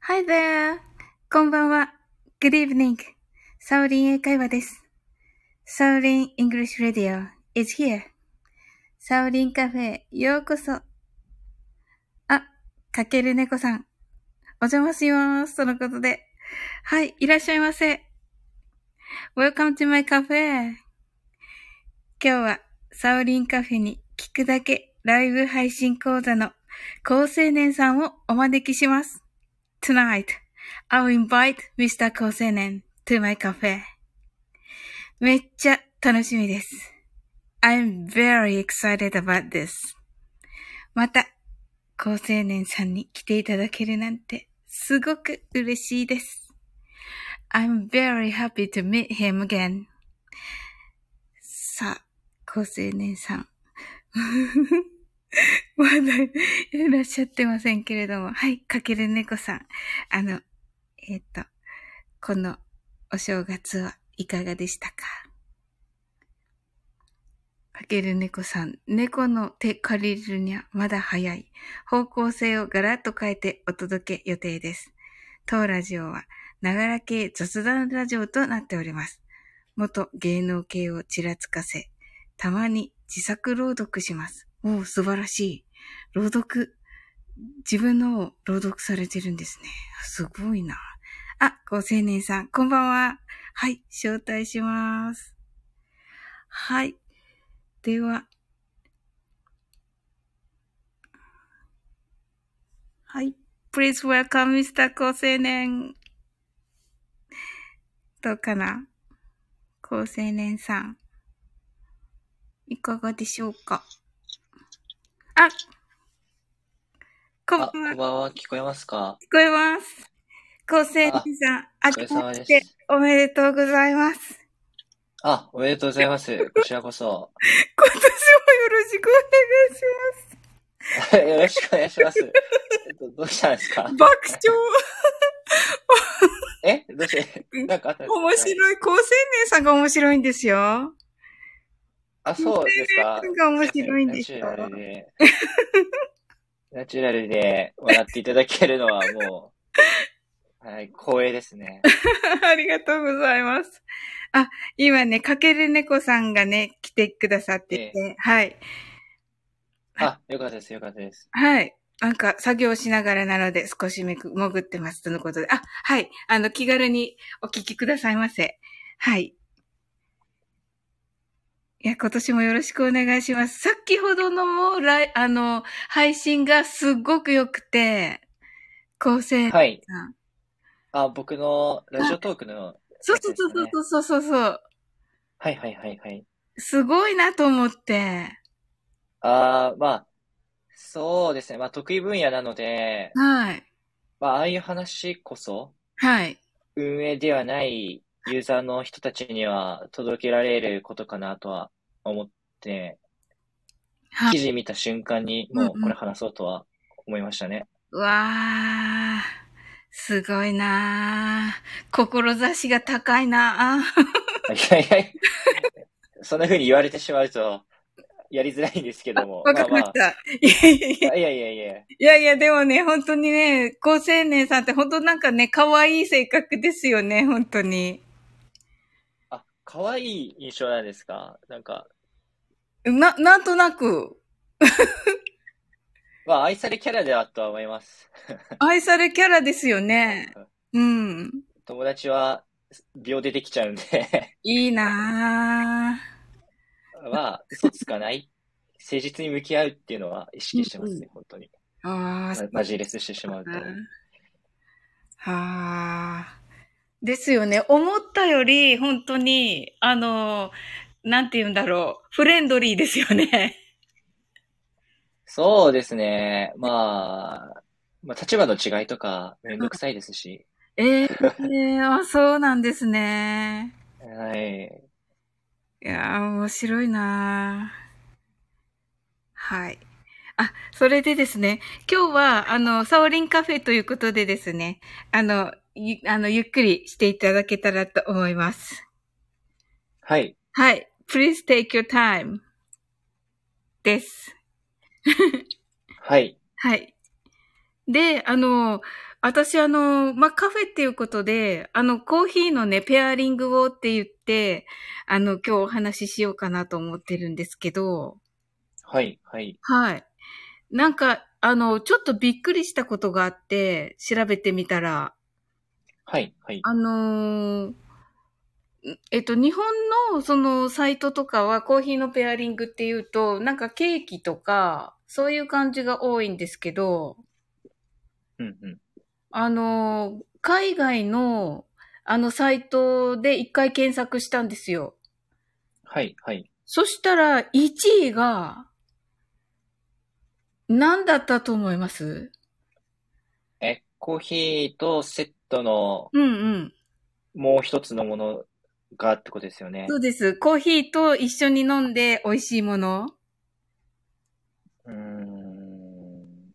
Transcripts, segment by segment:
Hi there! こんばんは。Good evening. サオリン英会話です。サオリン English Radio is here. サオリンカフェへようこそ。あ、かける猫さん。お邪魔します。とのことで。はい、いらっしゃいませ。Welcome to my cafe. 今日はサオリンカフェに聞くだけライブ配信講座の高青年さんをお招きします。Tonight, I'll invite Mr. 高青年 to my cafe. めっちゃ楽しみです。I'm very excited about this. また、高青年さんに来ていただけるなんてすごく嬉しいです。I'm very happy to meet him again. さあ、高青年さん。 まだいらっしゃってませんけれども。はい、かける猫さん。 あの、えっ、と、このお正月はいかがでしたかかける猫さん。猫の手借りるにはまだ早い。方向性をガラッと変えてお届け予定です。当ラジオは、ながら系雑談ラジオとなっております。元芸能系をちらつかせ、たまに自作朗読します。おお、素晴らしい。朗読。自分のを朗読されてるんですね。すごいな。あ、ご青年さん、こんばんは。はい、招待します。はい。では。はい。Please welcome Mr. 高青年。どうかな高青年さん。いかがでしょうかあこんばあ、こんはん。ばんは、聞こえますか聞こえます。高生さん、あお疲けれま様しでてす。おめでとうございます。あ、おめでとうございます。 こちらこそ。今年もよろしくお願いしよろしくお願いします。えっとどうしたんですかます。爆 笑。えどうしてなんかあったんですか面白い。高青年さんが面白いんですよ。あ、そうですかなんか面白いんですよナチュラルで。 ナチュラルで笑っていただけるのはも う、はい、光栄ですね。ありがとうございます。あ、今ね、かける猫さんがね、来てくださってて、はい。あ、よかったです、よかったです。はい。なんか作業しながらなので少しめく潜ってますとのことで。あ、はい。あの、気軽にお聞きくださいませ。はい。いや、今年もよろしくお願いします。さっきほどのも、ライあの、配信がすごく良くて、構成。はい。うんあ、僕のラジオトークの、そうそうそうそうそうそうそう。はいはいはいはい。すごいなと思って。あー、まあ、そうですね。まあ、得意分野なので、はい。まあ、ああいう話こそ、はい。運営ではないユーザーの人たちには届けられることかなとは思って、は記い。事見た瞬間にうんうんもうこれ話そうとは思いましたね。わー。すごいなー。志が高いなー。いやいやいや、そんな風に言われてしまうと、やりづらいんですけども。 わかりまあした。いやいやいまやあ、いやいやいや、いやいや、でもね、本当にね、高青年さんって本当なんかね、可愛い性格ですよね、本当に。あ、可愛い印象なんですかなんか、な、なんとなく、まあ、愛されキャラではとは思います。愛されキャラですよね。うん。友達は秒でできちゃうん でいいなぁ。まあ、嘘つかない、誠実に向き合うっていうのは意識してますうんうね、本当に。あまーマジレスしてしまうと。あーですよね。思ったより、本当に、あの、なんて言うんだろう。フレンドリーですよね。そうですね。まあ、まあ、立場の違いとかめんどくさいですし。 ええー、あ、そうなんですね。はい。いやー、面白いなーはい。あ、それでですね、今日は、あの、サオリンカフェということでですね、あの、ゆ、あの、ゆっくりしていただけたらと思います。はい。はい。Please take your time. です。はい。はい。で、あの、私、あの、まあ、カフェっていうことで、あの、コーヒーのね、ペアリングをって言って、あの、今日お話ししようかなと思ってるんですけど、はい、はい。はい。なんか、あの、ちょっとびっくりしたことがあって、調べてみたら、はい、はい。あのーえっと、日本のそのサイトとかはコーヒーのペアリングっていうと、なんかケーキとか、そういう感じが多いんですけど、うん、うん。あのー海外のあのサイトで一回検索したんですよ。はい、はい。そしたら1位が、何だったと思いますえ、コーヒーとセットのうんうん。もう一つのものがってことですよねそ。うです。コーヒーと一緒に飲んで美味しいもの。うーん。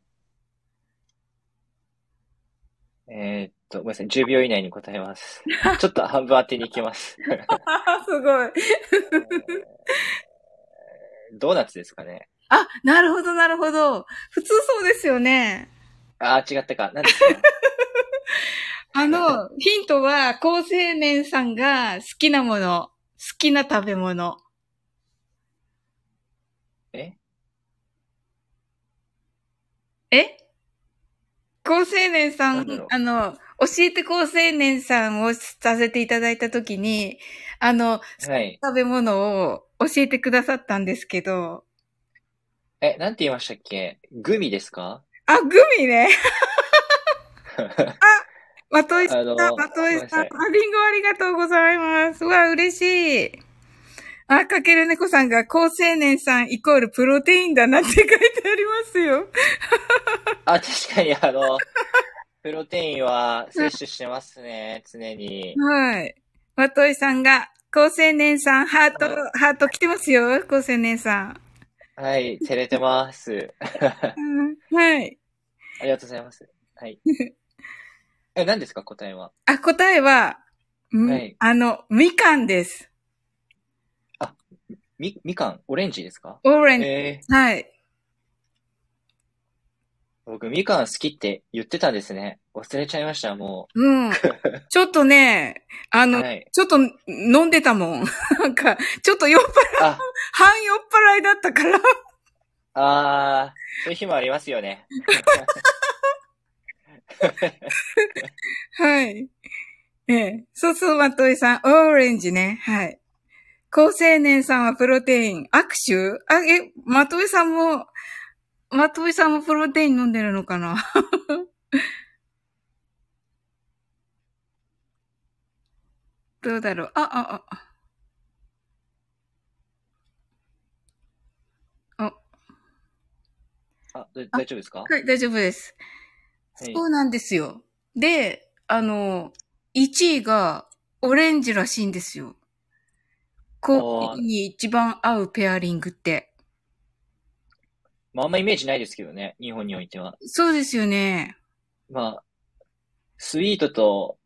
えーっと、ごめんなさい。10秒以内に答えます。ちょっと半分当てに行き ます。すごい。ドーナツですかね。あ、なるほど、なるほど。普通そうですよね。あー、違ったか。何ですかあの、ヒントは、高青年さんが好きなもの、好きな食べ物。ええ高青年さなんだろんう、あの、教えて高青年さんをさせていただいたときに、あの、はい。食べ物を教えてくださったんですけど、え、なんて言いましたっけグミですか あ、グミね。まといさあのん、まといごめんなささん、いあリンゴありがとうございます。うわ、嬉しい。あ、かける猫さんが、高青年さんイコールプロテインだなって書いてありますよ。あ、確かに、あの、プロテインは摂取してますね、常に。はい。まといさんが、高青年さん、ハートは、ハート来てますよ、高青年さん。はい、照れてます。うんはい。ありがとうございます。はい。え、何ですか答えは。あ、答えは、うんはいあの、みかんです。み、みかんオレンジですかオレンジ。えはい。ー、僕、みかん好きって言ってたんですね。忘れちゃいました、もうん。 ちょっとね、あう。の、はい。ちょっと飲んでたもん。 なんか、ちょっと酔っ払っあ、半酔っ払いだったから。 あー、そういう日もありますよね。はい。ええ。そうそう、まといさん、オレンジね。はい。高青年さんはプロテイン。握手あ、え、まといさんも、まといさんもプロテイン飲んでるのかな どうだろうあ、あ、あ、だ大丈夫ですかあ、はい、大丈夫です。はいそうなんですよ。で、あの、1位がオレンジらしいんですよ。コーヒーに一番合うペアリングって。まあ、あんまイメージないですけどね、日本においては。そうですよね。まあ、スイートと、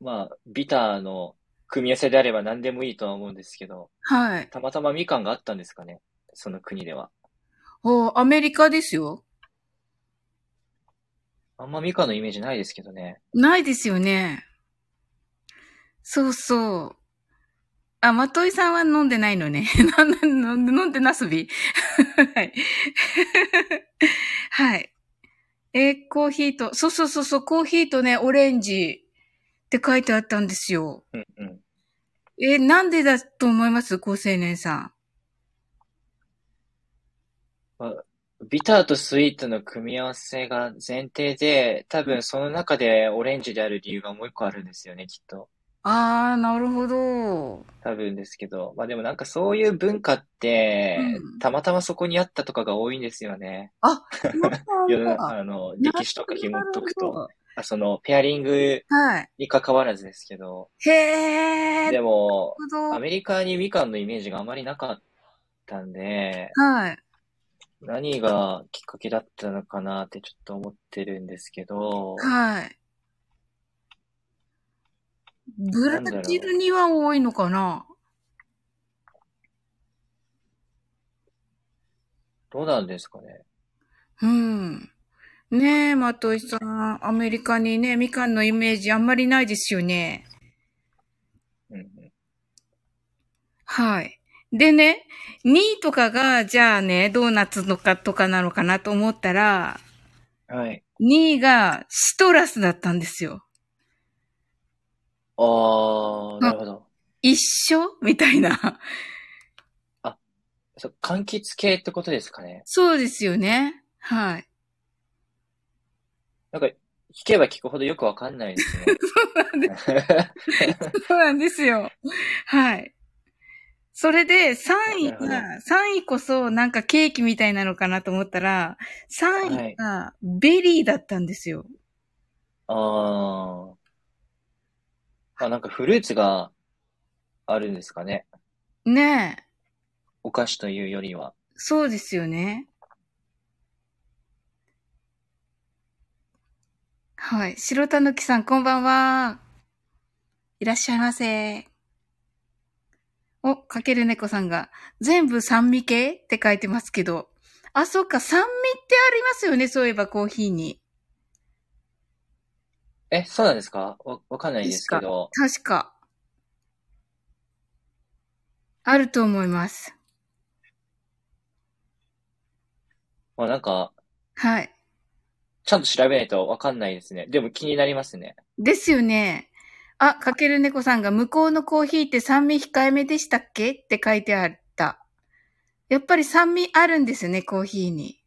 まあ、ビターの組み合わせであれば何でもいいとは思うんですけど、はい。たまたまみかんがあったんですかね、その国では。おアメリカですよ。あんまみかんのイメージないですけどね。ないですよね。そうそう。あ、まといさんは飲んでないのね。 なな飲んで飲んでなすび。 はい。 はい。えーコーヒーと、そうそうそうそう、コーヒーとね、オレンジって書いてあったんですよ。うんうん。えーなんでだと思います高青年さん。ビターとスイートの組み合わせが前提で、多分その中でオレンジである理由がもう一個あるんですよね、きっと。あー、なるほ ど。多分ですけど。まあでもなんかそういう文化ってうん、たまたまそこにあったとかが多いんですよね。世の中、歴あの、歴史とか紐 解くと。。あその、ペアリングはい。に関わらずですけど。へー。なでるも、ほど。アメリカにみかんのイメージがあまりなかったんで、はい。何がきっかけだったのかなってちょっと思ってるんですけど、はい。ブラなんだジろルには多いのかなどうなんですかね。うん。ねえ、まといさん、アメリカにね、みかんのイメージあんまりないですよね。うんうんはい。でね、2位とかが、じゃあね、ドーナツのかとかなのかなと思ったら、はい。 2位がシトラスだったんですよ。あー、なるほど。一緒みたいな。 そう、柑橘系ってことですかね。そうですよね。はい。なんか、聞けば聞くほどよくわかんないです ね。 そうなんですよ。はい。それで、3位なるほどが、3位こそなんかケーキみたいなのかなと思ったら、3位がベリーだったんですよ。あー。あ、なんかフルーツがあるんですかね。ねえ。お菓子というよりは。そうですよね。はい。白たぬきさん、こんばんは。いらっしゃいませ。お、かける猫さんが、全部酸味系って書いてますけど。あ、そっか、酸味ってありますよね、そういえばコーヒーに。え、そうなんですかわ、わかんないですけど。確か。あると思います。まあなんか、はい。ちゃんと調べないとわかんないですね。でも気になりますね。ですよね。あ、かける猫さんが向こうのコーヒーって酸味控えめでしたっけって書いてあった。やっぱり酸味あるんですよね、コーヒーに。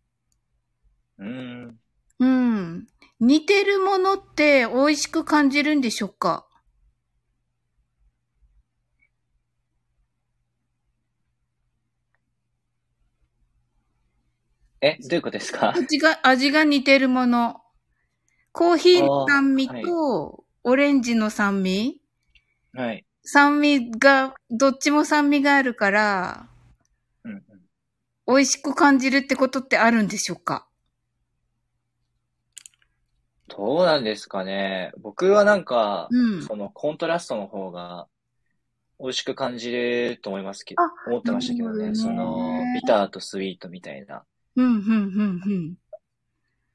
うーん。うん。似てるものって美味しく感じるんでしょうかえ、どういうことですか味が、味が似てるもの。コーヒーの酸味あーとオレンジの酸味、 はい。酸味が、どっちも酸味があるから、うんうん。美味しく感じるってことってあるんでしょうかどうなんですかね。僕はなんか、うん。そのコントラストの方が美味しく感じると思いますけどあ、思ってましたけどなるね。ほどそねの、ビターとスイートみたいな。うん、うん、うん、うん。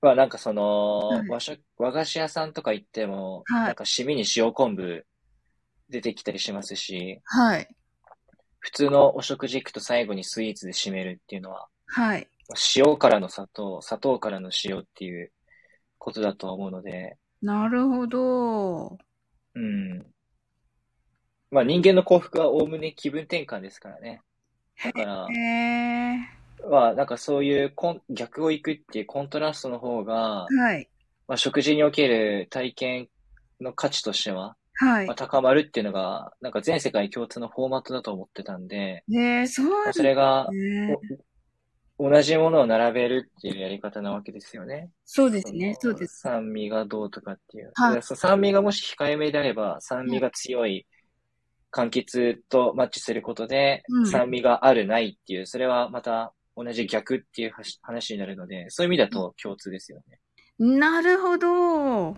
まあなんかそのはい、和食、和菓子屋さんとか行っても、はいなんか締めに塩昆布出てきたりしますし、はい。普通のお食事行くと最後にスイーツで締めるっていうのは、はい。塩からの砂糖、砂糖からの塩っていうことだとは思うので、なるほど。うん。まあ人間の幸福はおおむね気分転換ですからね。だからへ、え。まあなんかそういうコン逆を行くっていうコントラストの方が、はい。まあ食事における体験の価値としては、はいまあ、。高まるっていうのが、なんか全世界共通のフォーマットだと思ってたんで、ねえ、そうまなあんそれがね。お同じものを並べるっていうやり方なわけですよね。そうですね。そそのうです。酸味がどうとかっていう。はいでその酸味がもし控えめであれば、酸味が強い柑橘とマッチすることで、うん酸味があるないっていう、それはまた同じ逆っていう話話になるので、そういう意味だと共通ですよね。なるほど。わ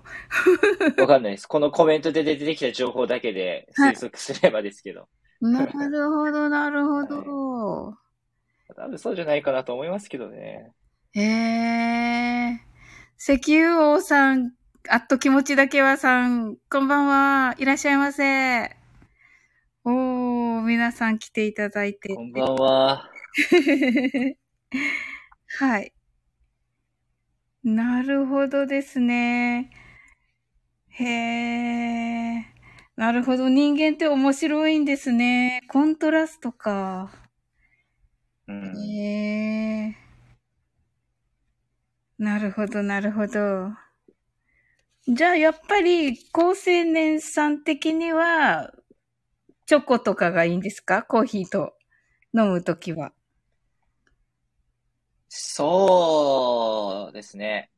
かんないです。このコメントで出てきた情報だけで推測すればですけど、なるほど、なるほど。多分そうじゃないかなと思いますけどね。へえ。石油王さん、あっと気持ちだけはさん、こんばんは。いらっしゃいませ。おー、皆さん来ていただいてこ。んばんは。 はい。なるほどですね。へえ。なるほど。人間って面白いんですね。コントラストか。うん。へえ。なるほど、なるほど。じゃあ、やっぱり、高青年さん的には、チョコとかがいいんですかコーヒーと飲むときは。そうですね。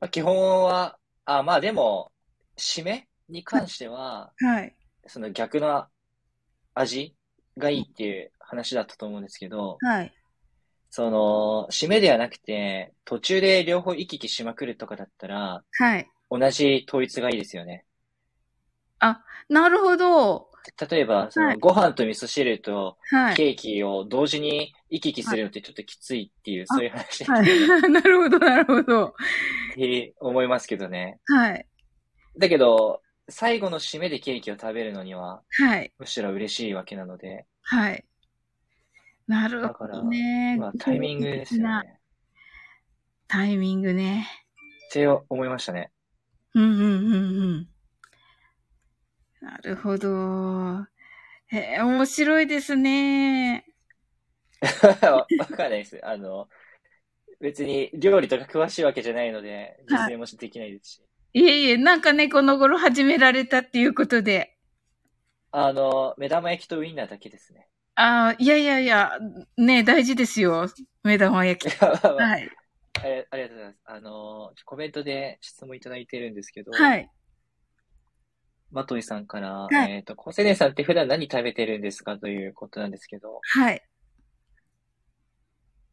まあ、基本は、あ、まあでも、締めに関しては、はい。その逆の味がいいっていう話だったと思うんですけど、はい。その、締めではなくて、途中で両方行き来しまくるとかだったら、はい。同じ統一がいいですよね。なるほど。例えば、そはいのご飯と味噌汁とはい。ケーキを同時に行き来するのってちょっときついっていう、そういう話だっはい。 なるほど、なるほど。て 思いますけどね。はい。だけど、最後の締めでケーキを食べるのには、はい。むしろ嬉しいわけなので、はい。なるほどね。まあタイミングですよね。タイミングね。って思いましたね。 うんうんうんうん。なるほど。えー面白いですね。わかんないです。あの、別に料理とか詳しいわけじゃないので、実はい践もできないですし。いえいえ、なんかね、この頃始められたっていうことで。あの、目玉焼きとウインナーだけですね。ああ、いやいやいや、ね、大事ですよ。目玉焼き。あはい。り ありがとうございます。あの、コメントで質問いただいてるんですけど、はい。マトイさんから、はいえっと、コセネさんって普段何食べてるんですかということなんですけど、はい。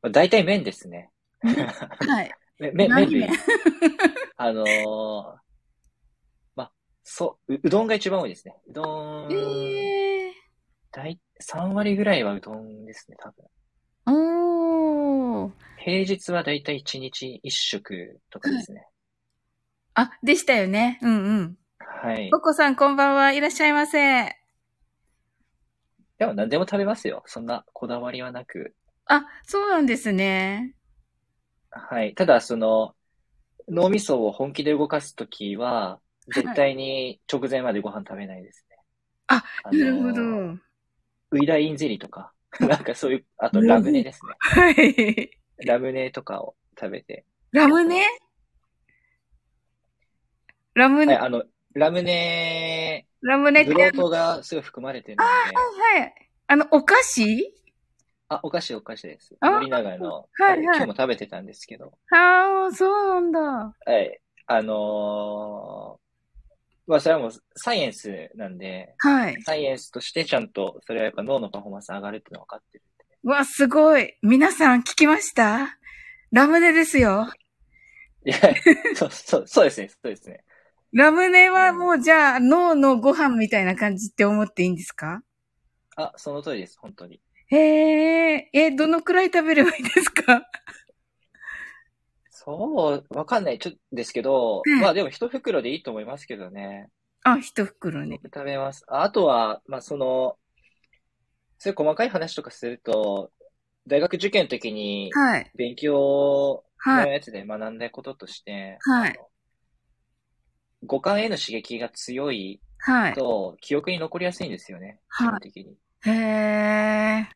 まあ、大体麺ですね。はい。めめ何麺類 麺。あのーま、そう、ううどんが一番多いですね。うどん、ええ大3割ぐらいはうどんですね、多分。ー。おー。平日はだいたい1日1食とかですね。あ、でしたよね。うんうん。はいコ。コさん、こんばんは。いらっしゃいませ。でも何でも食べますよ。そんなこだわりはなく。あ、そうなんですね。はい。ただ、その、脳みそを本気で動かすときは、絶対に直前までご飯食べないですね。あ、あのなるほど。ウイダインゼリーとか、 なんかそういう、あとラムネですね。はい。ラムネとかを食べて。ラムネラムはネ、い、あの、ラムネ、ラムネっブてロあーの、トがすごい含まれてるので、はい。あの、お菓子あ、お菓子お菓子です。あ森永の、はいはい今日も食べてたんですけど、ああ、そうなんだ。はい。あのーまあそれはもうサイエンスなんで、はい。サイエンスとしてちゃんと、それはやっぱ脳のパフォーマンス上がるってのは分かってる。うわ、すごい。皆さん聞きましたラムネですよ。 いや、そう、そう、そうですね、そうですね。ラムネはもうじゃあ脳のご飯みたいな感じって思っていいんですかあ、その通りです、本当に。へえ、え、どのくらい食べればいいですかそう、わかんない、ちょっとですけどうん、まあでも一袋でいいと思いますけどね。あ、一袋ね。食べます。ああとは、まあその、そういう細かい話とかすると、大学受験の時にはい。勉強はのい。やつで学んだこととして、はいあの五感への刺激が強いはい。と、記憶に残りやすいんですよね、基はい本的に。へえ。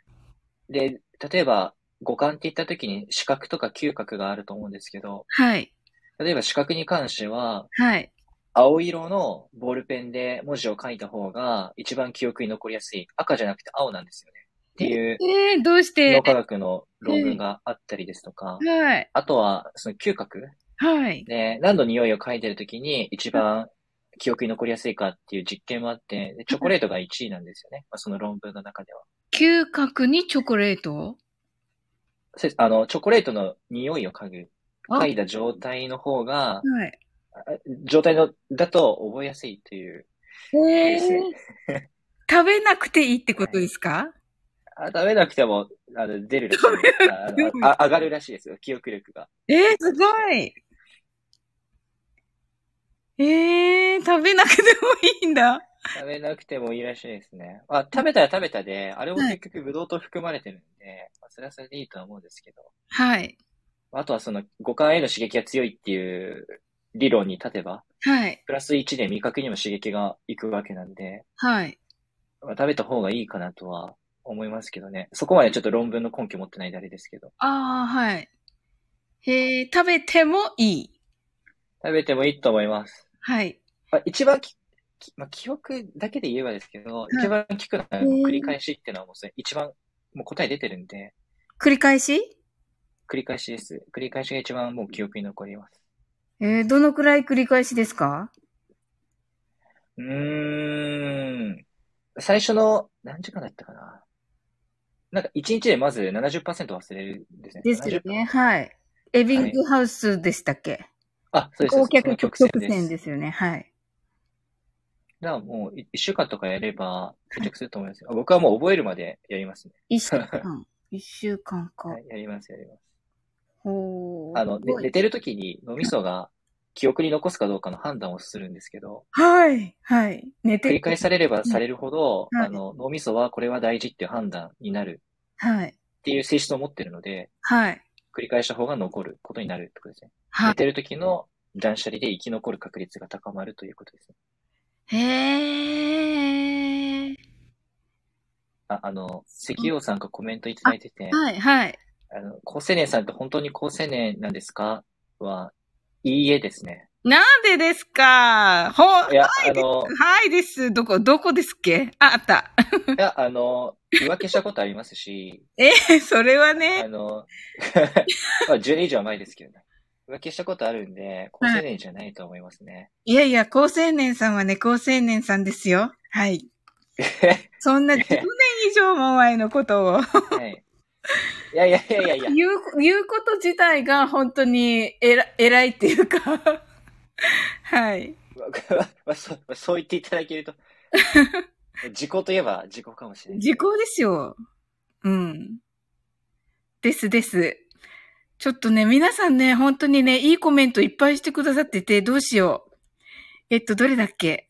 で、例えば、五感って言った時に視覚とか嗅覚があると思うんですけど、はい。例えば視覚に関しては、はい。青色のボールペンで文字を書いた方が一番記憶に残りやすい。赤じゃなくて青なんですよね。っていうえー、どうして脳科学の論文があったりですとか、はい。あとは、その嗅覚はい。で、何の匂いを嗅いでるときに一番記憶に残りやすいかっていう実験もあって、でチョコレートが1位なんですよね。まあ、その論文の中では。嗅覚にチョコレートそうですあの、チョコレートの匂いを嗅ぐ。あ嗅いだ状態の方が、はい。あ状態のだと覚えやすいという。えですー、 食べなくていいってことですかあ食べなくても、あの、出るらしいです。あのあ上がるらしいですよ。記憶力が。えー、すごい。えー、食べなくてもいいんだ。食べなくてもいいらしいですね。あ、食べたら食べたで、あれも結局ブドウ糖含まれてるんで、まあ、それはそれでいいとは思うんですけど。はい。あとはその五感への刺激が強いっていう理論に立てば、はい。プラス1で味覚にも刺激がいくわけなんで、はい。まあ、食べた方がいいかなとは思いますけどね。そこまでちょっと論文の根拠持ってないであれですけど。ああ、はい。へえ、食べてもいい。食べてもいいと思います。はい。まあ、一番き、きまあ、記憶だけで言えばですけど、い一番聞くのはもう繰り返しっていうのはもうそれ一番もう答え出てるんで、繰り返し繰り返しです。繰り返しが一番もう記憶に残ります。えー、どのくらい繰り返しですかうーん。最初の何時間だったかな。なんか一日でまず70%忘れるんですね。ですよね。 70%。はい。エビングハウスでしたっけ、あ、そうで顧す。その客曲曲線線です。ですよね。はい。だからもうい一週間とかやれば定着すると思いますよ。あ僕はもう覚えるまでやりますね。一週 間。一週間か。はい、やります、やります。ほう。あの、ねすごい寝てる時に脳みそが記憶に残すかどうかの判断をするんですけど、はい。はい。寝て繰り返されればされるほど、はいあの、脳みそはこれは大事っていう判断になるはい。っていう性質を持ってるので、はい。繰り返した方が残ることになるってことですね。は寝い。てる時の断捨離で生き残る確率が高まるということですね。へー。ああの、石王さんがコメントいただいてて、はい、はい。あの、高青年さんって本当に高青年なんですかは、いいえですね。なんでですかほ、いや、はあいです。の、はいです。どこ、どこですっけあ、あった。 いや、あの、浮気したことありますし、え、それはあね。 の、まあ、10年以上は前ですけどね。浮気したことあるんで、高青年じゃないと思いますね。いやいや、高青年さんはね、高青年さんですよ。 はい。そんな10年以上も前のことをはい。いやいやいやいやい や。言う、言うこと自体が本当に偉 偉いっていうか。はい。わわわそうわそう言っていただけ ると。時効といえば時効かもしれない。時効ですよ。うん。ですです。ちょっとね、皆さんね、本当にね、いいコメントいっぱいしてくださってて、どうしよう。えっと、どれだっけ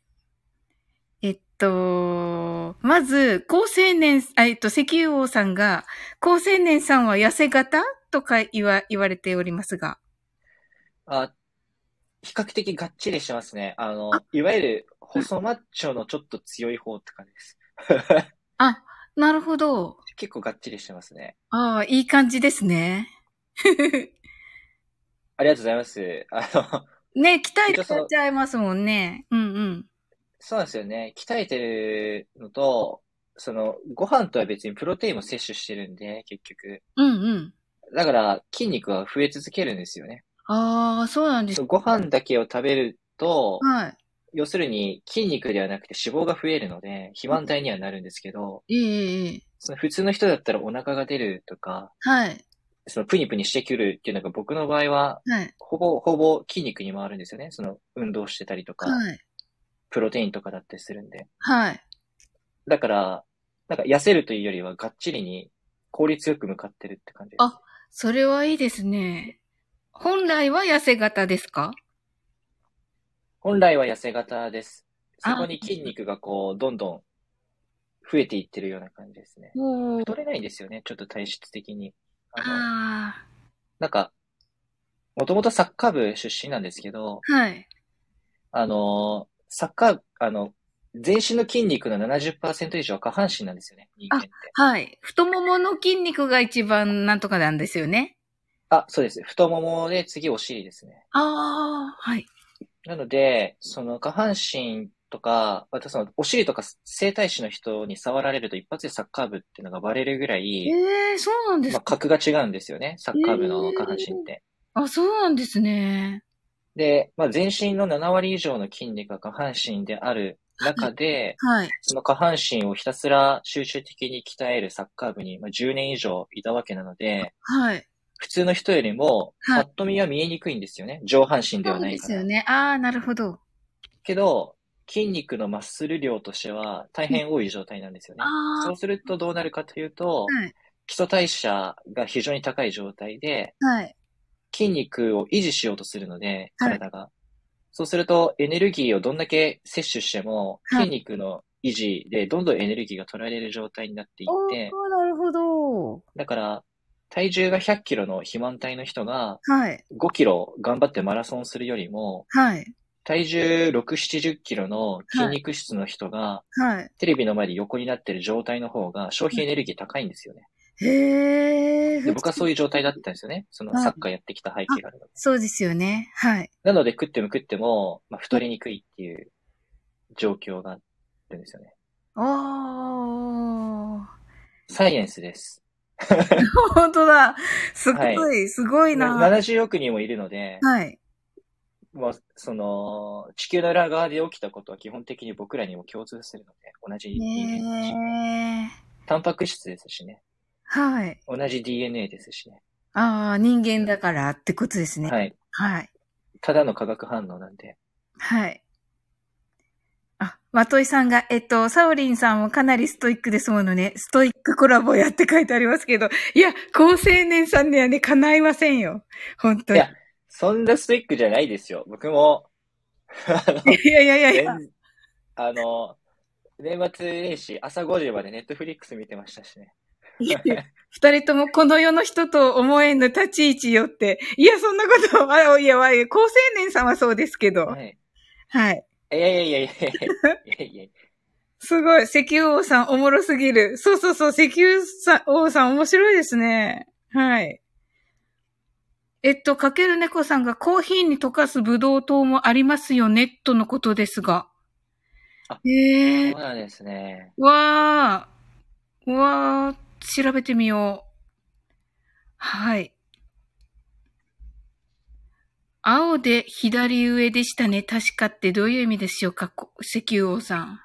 えっと、まず、高青年、あえっと、石油王さんが、高青年さんは痩せ型とか言わ、言われておりますが。あ、比較的がっちりしてますね。あの、いわゆる細マッチョのちょっと強い方って感じです。あ、なるほど。結構がっちりしてますね。ああ、いい感じです ね。ありがとうございます。あの、ね、鍛えてらっちゃいますもんね。うんうん。そうなんですよね。鍛えてるのと、その、ご飯とは別にプロテインも摂取してるんで、結局。うんうん。だから、筋肉は増え続けるんですよね。ああ、そうなんですご飯だけを食べると、は要するに筋肉ではなくて脂肪が増えるので、肥満体にはなるんですけど、い。ええええその普通の人だったらお腹が出るとか、はい。そのプニプニしてくるっていうのが僕の場合は、はい。ほぼ、ほぼ筋肉に回るんですよね。その運動してたりとか、はい。プロテインとかだったりするんで。はい。だから、なんか痩せるというよりはがっちりに効率よく向かってるって感じです。あそれはいいですね。本来は痩せ型ですか本来は痩せ型です。そあこに筋肉がこう、どんどん増えていってるような感じですね。おー太れないんですよね。ちょっと体質的に。あの、あなんか、もともとサッカー部出身なんですけど、あ。はい。あのーサッカー、あの、全身の筋肉の70%以上は下半身なんですよね、人間って。はい。太ももの筋肉が一番なんとかなんですよね。あ、そうです。太ももで次お尻ですね。ああ。はい。なので、その下半身とか、またそのお尻とか整体師の人に触られると一発でサッカー部っていうのがバレるぐらえい、えそうなんでますあ、か。格が違うんですよね、サッカー部の下半身って。あ、そうなんですね。で、まあ、全身の7割以上の筋肉が下半身である中で、はい。その下半身をひたすら集中的に鍛えるサッカー部に、まあ、10年以上いたわけなので、はい。普通の人よりも、はパいッと見は見えにくいんですよね。上半身でそはうなでいかすらよ。ね。ああ、なるほど。けど、筋肉のマッスル量としては大変多い状態なんですよね。ああ。そはうするとどうなるかというと、い。基礎代謝が非常に高い状態で、はい。筋肉を維持しようとするので、はい体が。そうすると、エネルギーをどんだけ摂取しても、はい筋肉の維持でどんどんエネルギーが取られる状態になっていおっーて、なるほど。だから、体重が100キロの肥満体の人がはい。 5キロ頑張ってマラソンするよりも、はい。体重6、70キロの筋肉質の人がはい。テレビの前で横になってる状態の方が消費エネルギー高いんですよね。へえ。で、僕はそういう状態だったんですよね。そのサッカーやってきた背景があるので。そうですよね。はい。なので食っても食っても、まあ、太りにくいっていう状況があるんですよね。おー。サイエンスです。本当だ。すごい、、はいすごいな。 70億人もいるので、はい。まあ、その、地球の裏側で起きたことは基本的に僕らにも共通するので、同じ人間だし、ねえ。タンパク質ですしね、はい。同じ DNA ですしね、ああ、人間だからってことですね。はい。はい。ただの化学反応なんで、はい。あ、まといさんが、えっと、サオリンさんもかなりストイックですものね。ストイックコラボやって書いてありますけど、いや、高青年さんにはね、叶いませんよ。本当いに。いやそんなストイックじゃないですよ。僕も、あの、やいやいやいや。年あの、年末年始朝5時までネットフリックス見てましたしね。いやいや 二人ともこの世の人と思えぬ立ち位置よって。いや、そんなことは、あ いや、わい高青年さんはそうですけどは。い。はい。いやいやいやいやいやいやいやいすごい。石油王さんおもろすぎる。そうそうそう。石油さん王さん面白いですね。はい。えっと、かける猫さんがコーヒーに溶かすブドウ糖もありますよね、とのことですがあ。ええや。ーそう。なんですね。わー。わー。調べてみよう。はい。青で左上でしたね。確かってどういう意味でしょうかこ石油王さん。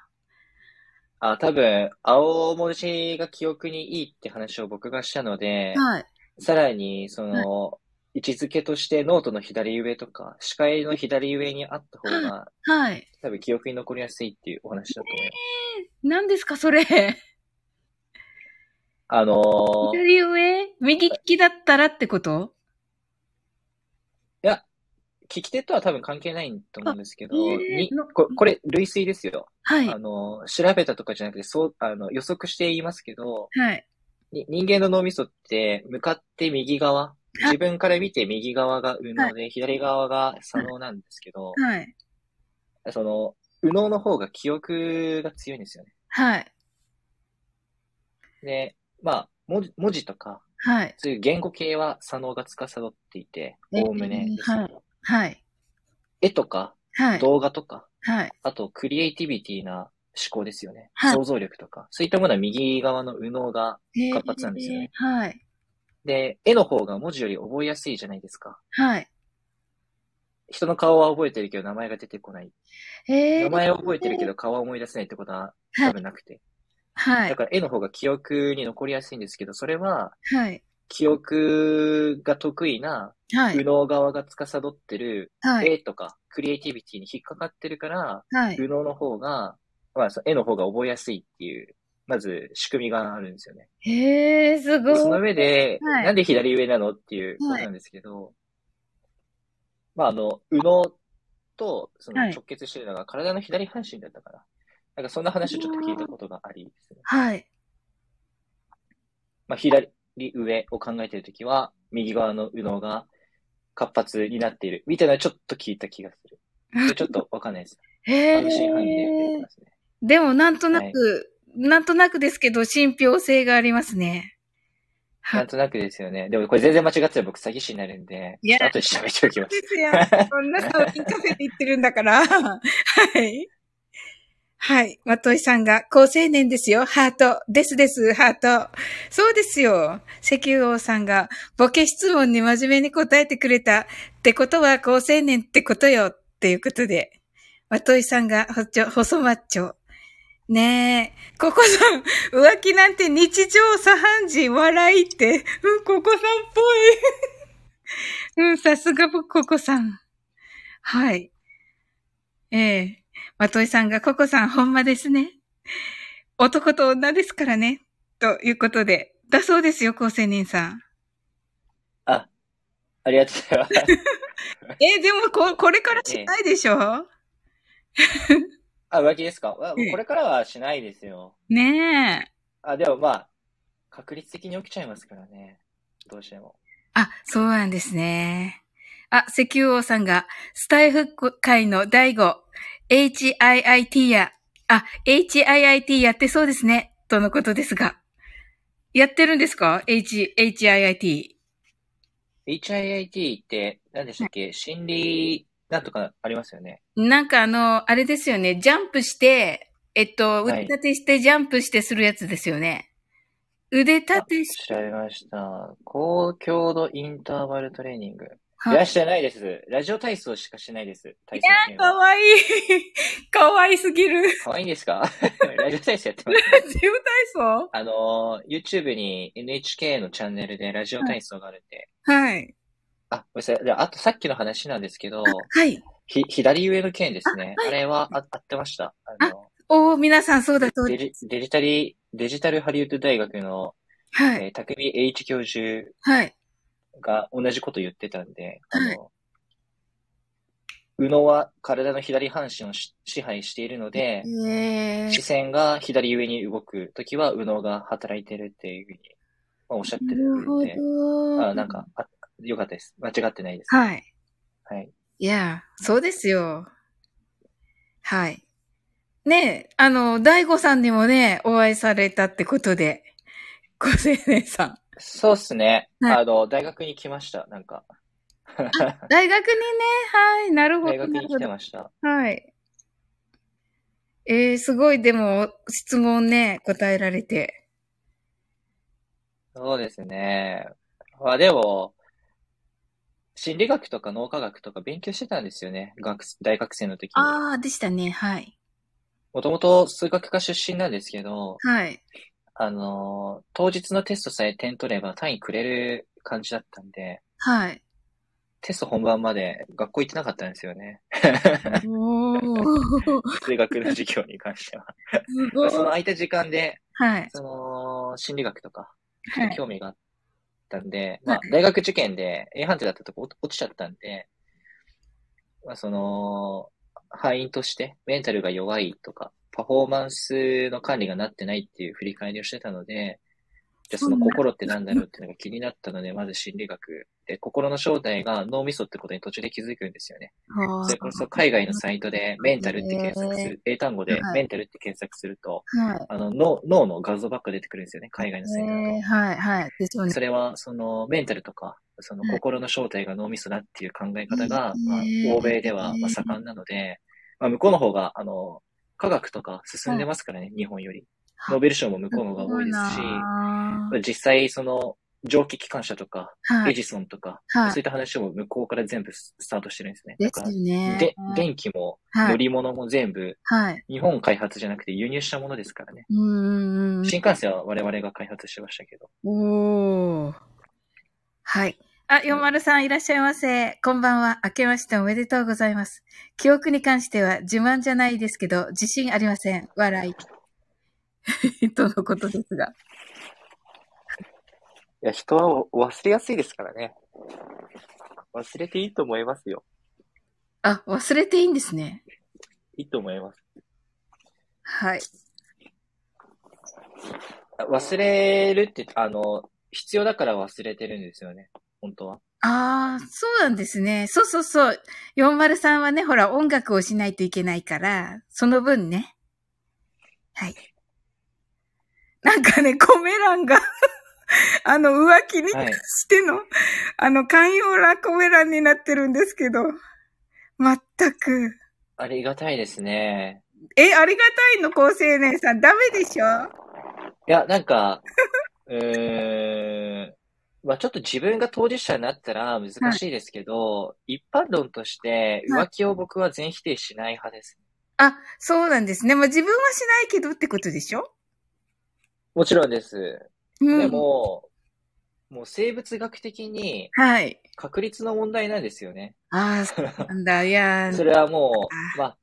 あ、多分、青文字が記憶にいいって話を僕がしたので、はい。さらに、その、位置づけとしてノートの左上とか、視界の左上にあった方が、はい。多分記憶に残りやすいっていうお話だと思います。何ですかそれ。あのー、い左上右利きだったらってことや、聞き手とは多分関係ないと思うんですけど、あえーにのこ、これ、類推ですよ。はい。あのー、調べたとかじゃなくて、そう、あの、予測して言いますけど、はい。に人間の脳みそって、向かって右側、自分から見て右側が右脳で、左側が左脳なんですけど、はい。その、右脳の方が記憶が強いんですよね。はい。で、まあ、文字文字とか、はい。そういう言語系は左脳が司っていて、えおおむねですけど、ははい。絵とかはい。動画とか、はい。あとクリエイティビティな思考ですよね。はい想像力とか、そういったものは右側の右脳が、えー活発なんですよねはい。で、絵の方が文字より覚えやすいじゃないですか。はい。人の顔は覚えてるけど名前が出てこない。えー名前は覚えてるけど顔は思い出せないってことは多分なくて。はいだ。から絵の方が記憶に残りやすいんですけど、それははい。記憶が得意なは右い。脳側が司ってるはい。絵とかクリエイティビティに引っかかってるから、はい。右脳の方が、まあ、その絵の方が覚えやすいっていう、まず仕組みがあるんですよね。へえー、すごでそのい。上で、はいなんで左上なのっていうことなんですけど、まあ、あの、右脳とそのはい直結してるのが体の左半身だったから、なんかそんな話をちょっと聞いたことがありですね。はい。まあ、左上を考えてるときは、右側の右脳が活発になっている、みたいなのちょっと聞いた気がする。でちょっとわかん ないです。へあの真犯人で出てえき。ますね。でも、なんとなく、なんとなくですけど、信憑性がありますね。はなんい。となくですよね。でもこれ全然間違ってたら僕詐欺師になるんで、いやちょっと後で調べておきます。ですやん。そんなサオリンカフェで行ってるんだから。はい。はい。まといさんが、高青年ですよ。ハート。ですです、ハート。そうですよ。石油王さんが、ボケ質問に真面目に答えてくれた。ってことは、高青年ってことよ。っていうことで。まといさんが、ほっちょ、細マッチョ。ねえ、ここさん、 浮気なんて日常茶飯事笑いって、うん、ここさんっぽい。うん、さすがぼココさん。はい。ええまといさんがココさんほんまですね。男と女ですからね。ということで。だそうですよ、高青年さん。あ、ありがとうございます。ええでもこ、これからしないでしょ、あ、浮気ですかわこええれからはしないですよ。ねえ。あ、でもまあ、確率的に起きちゃいますからね。どうしても。あ、そうなんですね。あ、石油王さんが、スタイフ界の第5、HIIT や、あ、HIIT やってそうですね、とのことですが。やってるんですか ?H、HIIT。 HIIT って何でしたっけ心理なんとかありますよね。なんかあの、あれですよね、ジャンプして、えっと、はい腕立てしてジャンプしてするやつですよね。腕立てし、調べました。高強度インターバルトレーニング。いはいらっしゃないです。ラジオ体操しかしないです。体操系かは。わいい。 かわいすぎる。かわいいんで すかラジオ体操やってます。ラジオ体操あのー、YouTube に NHK のチャンネルでラジオ体操があるんで。はい。あ、ごめんなさい。であとさっきの話なんですけど、はい。ひ、左上の件ですね。あ,、れは、あ、合ってました。あの、おー、皆さんそうだ、そうデだ。ジ、デジタリ、デジタルハリウッド大学の、はい。えー匠栄一教授はい。が同じこと言ってたんで、あはいの、右脳は体の左半身をし支配しているので、え視ー、線が左上に動くときは右脳が働いてるっていうふうに、まあ、おっしゃってなるるのほで、ど。あなんかあ、よかったです。間違ってないです。はい。はい。いや、そうですよ。はい。ねえ、あの、大悟さんにもね、お会いされたってことで、ご青年さん。そうっすね。はいあの、大学に来ました。なんか、大学にね、はい、なるほど。大学に来てなるました。ほどはい。えー、すごい、でも、質問ね、答えられて。そうですね。まあでも、心理学とか脳科学とか勉強してたんですよね。学大学生の時に。ああ、でしたね、はい。もともと数学科出身なんですけど、はい。あのー当日のテストさえ点取れば単位くれる感じだったんで、 はい。テスト本番まで学校行ってなかったんですよね。お ー、数学の授業に関しては。すごい。その空いた時間で、はい。その、心理学とか、ちょはっとい。興味があったんで、まあは、大学受験で A 判定だったとこ落落ちちゃったんで、まあ、その、敗因としてメンタルが弱いとか、パフォーマンスの管理がなってないっていう振り返りをしてたので、じゃあその心って何だろうっていうのが気になったので、まず心理学。で、心の正体が脳みそってことに途中で気づくんですよね。はそれこそ海外のサイトでメンタルって検索する、英単語はでいメンタルって検索すると、はい。あの脳脳の画像ばっか出てくるんですよね、海外のサイトだと。えー、はい、はい。ですよねそ。れは、その、メンタルとか、そのうん心の正体が脳みそだっていう考え方が、うんまあうん、欧米ではまあ盛んなので、まあ、向こうの方が、あの、科学とか進んでますからね、日本より。はいノーベル賞も向こうの方が多いですし、は実際、その、蒸気機関車とか、エい。ジソンとか、はいそういった話も向こうから全部ススタートしてるんですね。でだすかよねら、。で、電気もはい乗り物も全部、はい。日本開発じゃなくて輸入したものですからね。うーん。新幹線は我々が開発しましたけど。おー。はい。あ、よまるさんいらっしゃいませ。こんばんは。明けましておめでとうございます。記憶に関しては自慢じゃないですけど、自信ありません。笑い。 とのことですが。いや、人は忘れやすいですからね。忘れていいと思いますよ。あ、忘れていいんですね。いいと思います。はい。忘れるって、あの、必要だから忘れてるんですよね。本当は。ああ、そうなんですね。そうそうそう。403はね、ほら、音楽をしないといけないから、その分ね。はい。なんかね、コメ欄が、 あの、浮気に関はいしての、あの、寛容なコメ欄になってるんですけど、まったく。ありがたいですね。え、ありがたいの、高青年さん。ダメでしょいや、なんか、 うーん。まあちょっと自分が当事者になったら難しいですけど、一般論としてはい浮気を僕は全否定しない派です。あ、そうなんですね。まあ、自分はしないけどってことでしょもちろんです。うん。でも、もう生物学的にはい。確率の問題なんですよね。ああ、そうなんだ。いやー それはもう、まあ、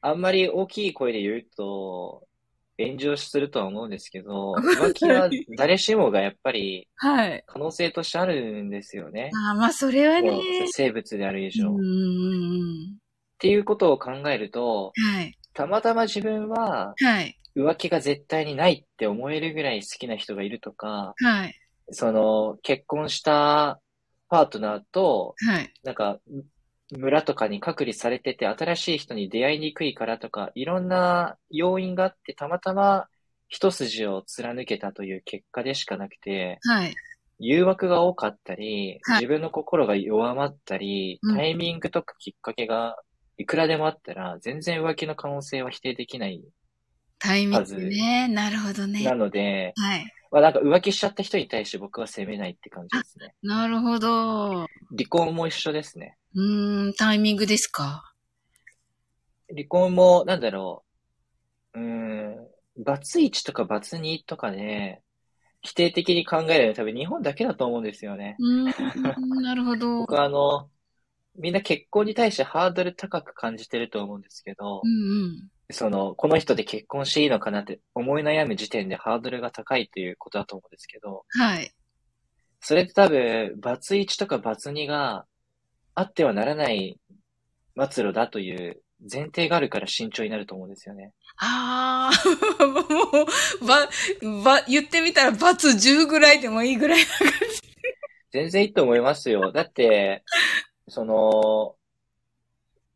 あんまり大きい声で言うと、炎上するとは思うんですけど、浮気は誰しもがやっぱりはい。可能性としてあるんですよね。ああ、まあ、それはね。もう生物であるう以ん上。うっんうんていうことを考えると、はい。たまたま自分ははい。浮気が絶対にないって思えるぐらい好きな人がいるとか、はい。その結婚したパートナーと、はい。なんか、村とかに隔離されてて、新しい人に出会いにくいからとか、いろんな要因があって、たまたま一筋を貫けたという結果でしかなくて、はい。誘惑が多かったりはい、自分の心が弱まったりうん、タイミングとかきっかけがいくらでもあったら、全然浮気の可能性は否定できない。タイミングね。なるほどね。なので、はい。まあなんか浮気しちゃった人に対して僕は責めないって感じですね。なるほど。う離婚も一緒ですね。ーん、タイミングですか。離婚も、なんだろう。うーん、バツ1とかバツ2とかで、否定的に考えるのは多分日本だけだと思うんですよね。 うーん、なるほど。僕はあの、みんな結婚に対してハードル高く感じてると思うんですけどう、んうん。その、この人で結婚していいのかなって思い悩む時点でハードルが高いということだと思うんですけど、はい。それって多分、バツ1とかバツ2があってはならない末路だという前提があるから慎重になると思うんですよね。ああ、もう、ば、ば、言ってみたら罰10ぐらいでもいいぐらい。全然いいと思いますよ。だって、その、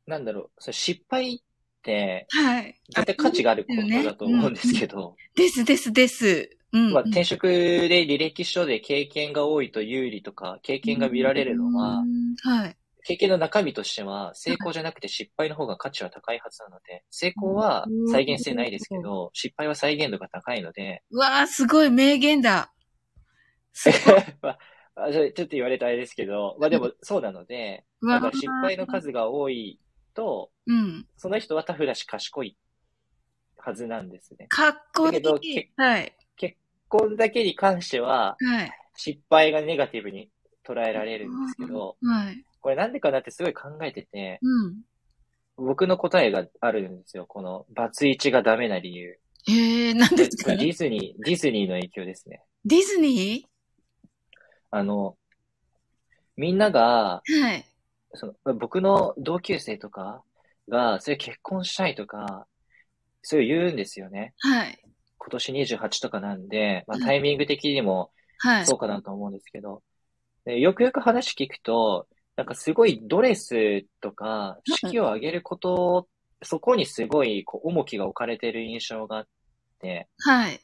なんだろう、それ失敗って、はい。絶対価値があることだと思うんですけど、ですですです。うん、うん。まあ転職で履歴書で経験が多いと有利とか、経験が見られるのはう、ん、はい。経験の中身としては、成功じゃなくて失敗の方が価値は高いはずなので、成功は再現性ないですけど、失敗は再現度が高いので、うわあ、すごい名言だ。すごい。 まああ、それちょっと言われたあれですけど、まあでもそうなので、うだわからー失敗の数が多いと、うん。その人はタフだし賢いはずなんですね。かっこいだけどいけ。はい。これだけに関しては、はい。失敗がネガティブに捉えられるんですけど、はい。これなんでかなってすごい考えてて、うん。僕の答えがあるんですよ。この、バツイチがダメな理由。ええー、なんデですかねィズニー、ディズニーの影響ですね。ディズニあの、みんなが、ーはい。その、僕の同級生とかが、それ結婚したいとか、そういう言うんですよね。はい。今年28とかなんで、まあうんタイミング的にもはい。そうかなと思うんですけど、でよくよく話聞くと、なんかすごいドレスとか、式を挙げること、そこにすごいこう重きが置かれてる印象があって、はい。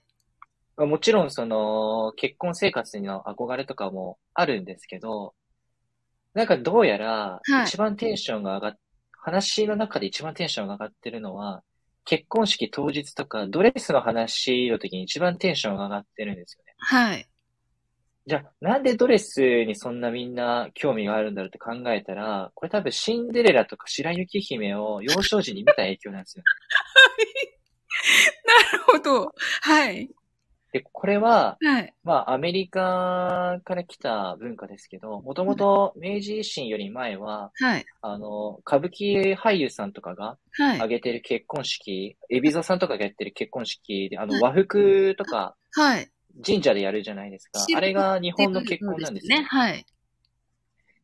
まあもちろんその結婚生活の憧れとかもあるんですけど、なんかどうやらはい一番テンションが上がっ、話の中で一番テンションが上がってるのは、結婚式当日とかドレスの話の時に一番テンションが上がってるんですよね。はい。じゃあ、なんでドレスにそんなみんな興味があるんだろうって考えたら、これ多分シンデレラとか白雪姫を幼少時に見た影響なんですよ。なる ほど。はい。で、これは、はい。まあ、アメリカから来た文化ですけど、もともと明治維新より前は、はい。あの、歌舞伎俳優さんとかがはい。は挙い。げてる結婚式、海老蔵さんとかがやってる結婚式で、はあいの、和服とかはい。神社でやるじゃないですか。あれが日本の結婚なんですよね。。はい。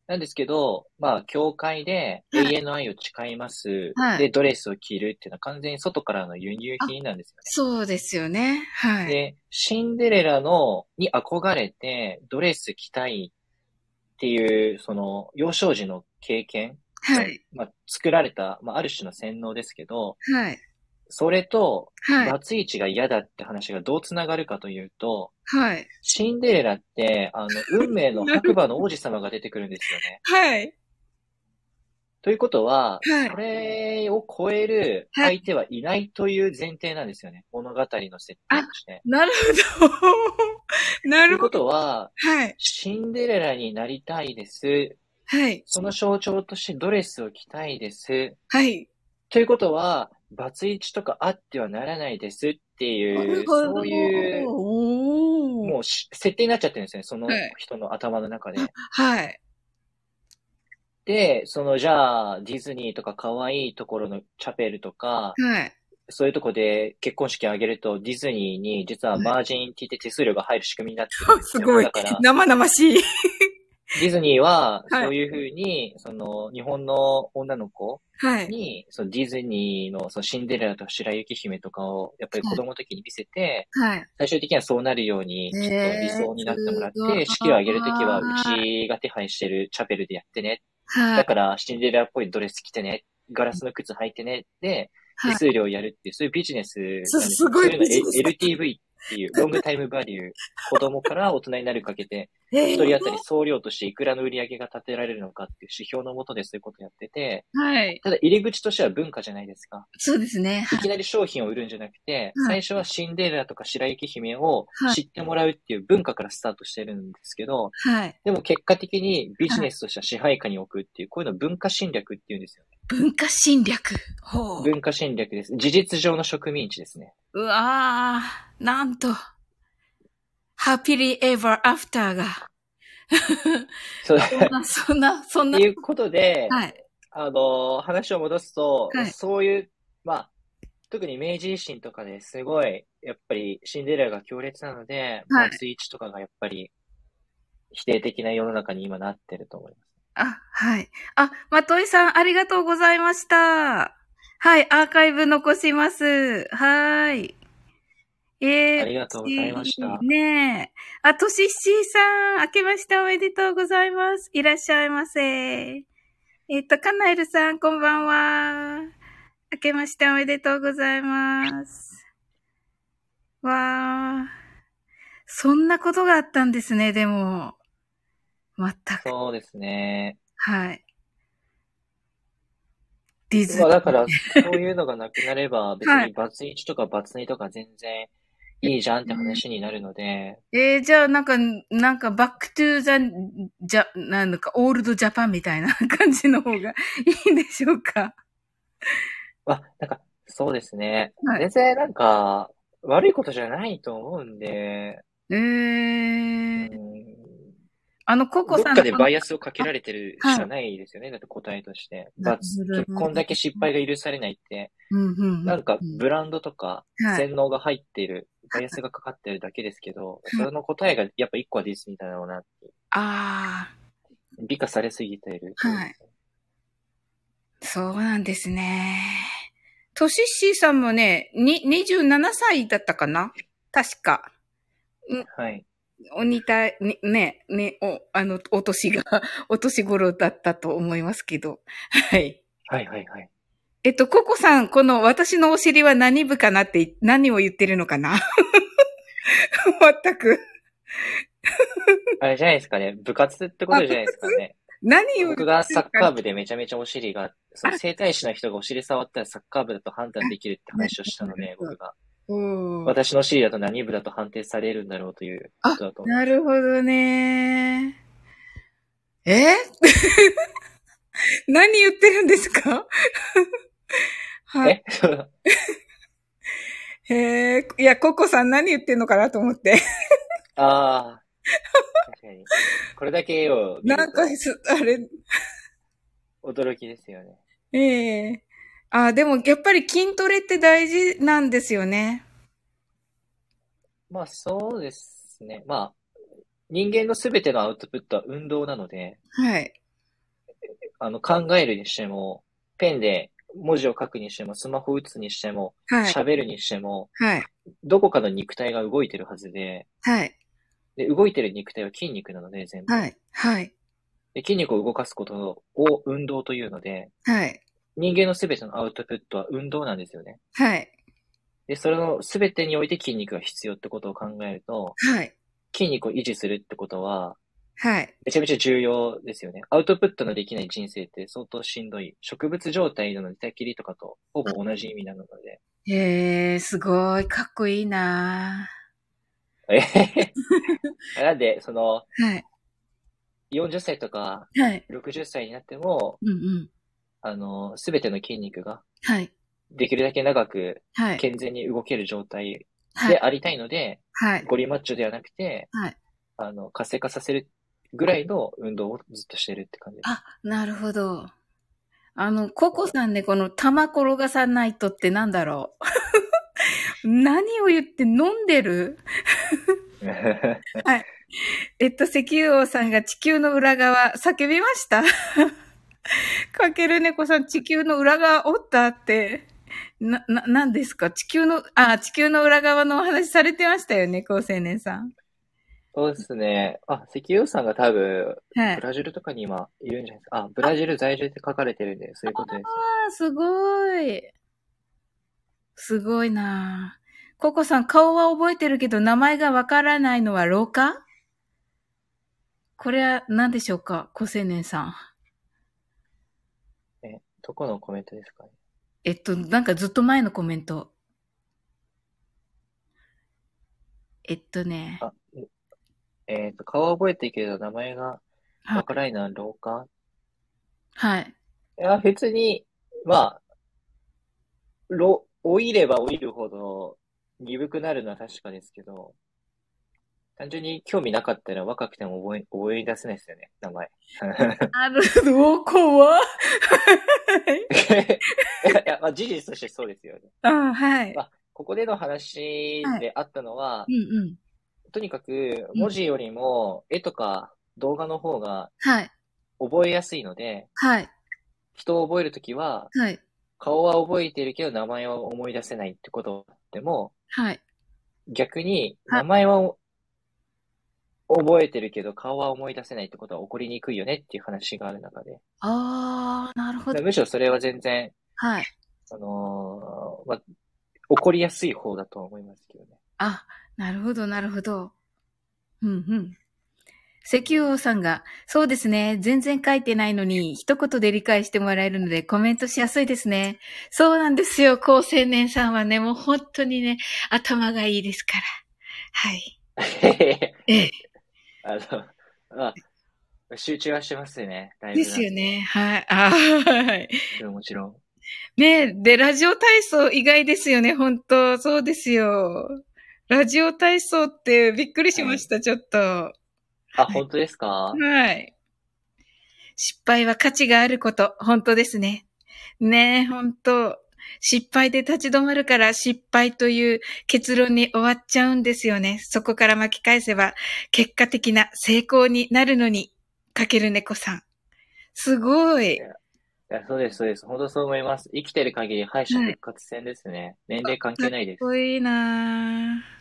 なんですけど、まあ、教会で永遠の愛を誓います。はいで、ドレスを着るっていうのは完全に外からの輸入品なんですそうですよね。はよい。ね。で、シンデレラの、に憧れて、ドレス着たいっていう、その、幼少時の経験、はい。まあ、作られた、まあ、ある種の洗脳ですけど、はい。それと、はい。バツイチが嫌だって話がどう繋がるかというと、はい。シンデレラって、あの、運命の白馬の王子様が出てくるんですよね。はい。ということは、はいそれを超える相手はいないという前提なんですよね。物語の設定として。なるほど。なといるうほこど。とは、はい。シンデレラになりたいです。はい。その象徴としてドレスを着たいです。はい。ということは、バツイチとかあってはならないですってないうる、ほど。そういう、おーもうし設定になっちゃってるんですよね。そのはい人の頭の中で。はい。で、その、じゃあ、ディズニーとか可愛いところのチャペルとか、はい。そういうとこで結婚式あげるとディズニーに実はマージンって言って手数料が入る仕組みになってるんですすよ。ごいだから。、生々しい。ディズニーははいそういうふうに、その日本の女の子はい。に、そのディズニーのそのシンデレラと白雪姫とかをやっぱり子供の時に見せて、はい。最終的にはそうなるようにちょっと理想になってもらっへーすごいて、式をあげるときはうちが手配してるチャペルでやってね。はだい。からシンデレラっぽいドレス着てね。ガラスの靴履いてね。で、手はい。数料をやるっていう、そういうビジネスなんですすごいビジネスそういうの L- LTV って いう、ロングタイムバリュー、子供から大人になるかけて、え一ー人当たり総量としていくらの売り上げが立てられるのかっていう指標のもとでそういうことやってて、はい。ただ入り口としては文化じゃないですか。そうですね。はいきなり商品を売るんじゃなくて、はい最初はシンデレラとか白雪姫をはい知ってもらうっていう文化からスタートしてるんですけど、はい。でも結果的にビジネスとしては支配下に置くっていう、こういうのを文化侵略っていうんですよ。文化侵略。ほう。文化侵略です。事実上の植民地ですね。うわー、なんと、ハッピリエヴァーアフターが そうっまあそんな、そんなてい。うことで、はい。あの、話を戻すと、はいそういう、まあ、特に明治維新とかですごい、やっぱりシンデレラが強烈なので、まあはいスイッチとかがやっぱり否定的な世の中に今なってると思います。あ、はい。あ、まといさん、ありがとうございました。はい、アーカイブ残します。はーい。えー、ありがとうございました。ねえ。あ、としっしーさん、明けましておめでとうございます。いらっしゃいませ。えっ、と、かなえるさん、こんばんは。明けましておめでとうございます。わあ。そんなことがあったんですね、でも。まったく。そうですね。はい。ディズニまあー。だから、そういうのがなくなれば、別はにいバツイチとかバツ2とか全然いいじゃんって話になるので、えー、じゃあ、なんか、なんか、バックトゥーザ、じゃ、なんのか、オールドジャパンみたいな感じの 方がいいんでしょうか。まあ、なんか、そうですね。はい全然なんか、悪いことじゃないと思うんで、えうー、ん、あの、ココどさっんかのでバイアスをかけられてるはいしかないですよね。だって答えとして。なるほバツど結婚だけ失敗が許されないって、うんうんうん、なんかうんブランドとかはい。洗脳が入っている、バイアスがかかってるだけですけど、その答えがやっぱ一個はディズニーだろうなって。あ美化されすぎている。はいあ、そうなんですね。トシッシーさんもね、に、27歳だったかな確か。はい。お似た、にね、ね、お、あの、お年が、 お年頃だったと思いますけど。はい。はいはいはい。えっと、ココさん、この私のお尻は何部かなって、何を言ってるのかな まったく。あれじゃないですかね。部活ってことじゃないですかね。何を僕がサッカー部でめちゃめちゃお尻 が、その整体師の人がお尻触ったらサッカー部だと判断できるって話をしたので、僕うが。ん私のお尻だと何部だと判定されるんだろうということだと思う。なるほどね。え 何言ってるんですか はい。え そうえーいや、ココさん何言ってんのかなと思って。 ああ。確かに。これだけ絵を見るなんとかす、あれ、驚きですよね。ええあ、でもやっぱり筋トレって大事なんですよね。まあそうですね。まあ、人間のすべてのアウトプットは運動なので、はい。あの考えるにしても、ペンで文字を書くにしても、スマホ打つにしても、はい。喋るにしても、はい。どこかの肉体が動いてるはずで、はい。で、動いてる肉体は筋肉なので、全部。はい。はい。で、筋肉を動かすことを運動というので、はい。人間のすべてのアウトプットは運動なんですよね。はい。で、それのすべてにおいて筋肉が必要ってことを考えると、はい。筋肉を維持するってことは、はい。めちゃめちゃ重要ですよね。アウトプットのできない人生って相当しんどい。植物状態の寝たきりとかとほぼ同じ意味なの で。 へえ、すごい、かっこいいなえへへなんで、その、ぁはい。 40歳とかはい。 60歳になっても、うんうん。あの、すべての筋肉がはい。できるだけ長くはい。健全に動ける状態はでい。ありたいので、はい。ゴリマッチョではなくて、はいあの、活性化させるぐらいの運動をずっとしてるって感じです。あ、なるほど。あの、ココさんね、この玉転がさないとってなんだろう。 何を言って飲んでる えっと、石油王さんが地球の裏側、叫びました かける猫さん、地球の裏側おったって。な、な、なんですか地球の、あ、地球の裏側のお話されてましたよね、高青年さん。そうですね。あ、石油さんが多分、はい。ブラジルとかに今いるんじゃないですか。あ、ブラジル在住って書かれてるんで、そういうことですよ。あーすごい。すごいなぁココさん、顔は覚えてるけど、名前がわからないのは老化これは何でしょうか高青年さん。どこのコメントですかね。えっと、なんかずっと前のコメント。えっとね。あ、えっ、と、顔は覚えてるけど、名前がはわからないな、老化はい。いや、普通に、まあ、ろ、老いれば老いるほど鈍くなるのは確かですけど、単純に興味なかったら若くても覚え、覚え出せないですよね、名前。 なるほど、怖っ。いやいや、まあ事実としてそうですよね。あはい。まあここでの話であったのは、うんうん。とにかく文字よりも絵とか動画の方がはい。覚えやすいので、はい。人を覚えるときは、はい。顔は覚えているけど名前は思い出せないってことでも、はい。逆にはい名前は覚えてるけど顔は思い出せないってことは起こりにくいよねっていう話がある中で、あー、なるほど。むしろそれは全然、はい。あのーまあ、起こりやすい方だとは思いますけどね。あ、なるほど、なるほど。うんうん。石油王さんが、そうですね。全然書いてないのに、一言で理解してもらえるので、コメントしやすいですね。そうなんですよ。高青年さんはね、もう本当にね、頭がいいですから。はい。ええ。 あの、まあ、集中はしてますよね、だいぶ。ですよ。ね。はい。あーはい。もちろん。ねえ、で、ラジオ体操意外ですよね、本当そうですよ。ラジオ体操ってびっくりしました、ちょっと。あ、本当ですかはい。失敗は価値があること、本当ですね。ねえ、本当失敗で立ち止まるから失敗という結論に終わっちゃうんですよね。そこから巻き返せば結果的な成功になるのに、かける猫さん。すごい。いや、そうです、そうです。本当そう思います。生きてる限り敗者復活戦ですね。年齢関係ないですかっ。こいいなぁ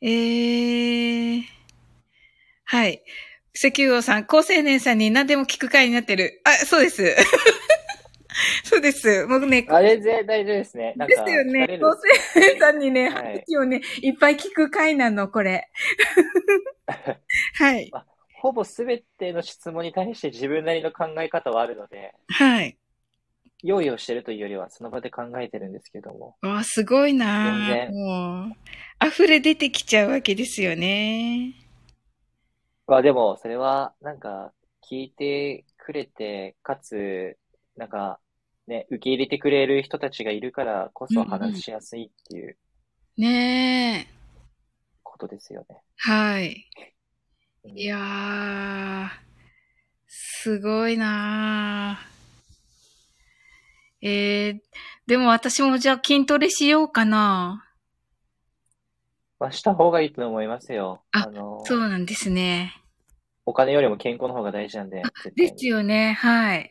えー、はい。石油王さん、高青年さんに何でも聞く会になってる。あ、そうです。 そうです。僕ね、あれ、全然大丈夫ですね。なんでか、すよ疲ねれ。る高青年さんにね、はい話をね、いっぱい聞く会なの、こ れ。はい。ほぼすべての質問に対して自分なりの考え方はあるので、はい。用意をしてるというよりは、その場で考えてるんですけども。わあ、すごいな全ぁ然もう、溢れ出てきちゃうわけですよね。まあでも、それは、なんか、聞いてくれて、かつ、なんか、ね、受け入れてくれる人たちがいるからこそ話しやすいっていうねえ。ことですよね。はい。うんいやー、すごいなー。えー、でも私もじゃあ筋トレしようかな。まあ、した方がいいと思いますよ。あのそうなんですね。お金よりも健康の方が大事なんで、絶対でにすよね、はい。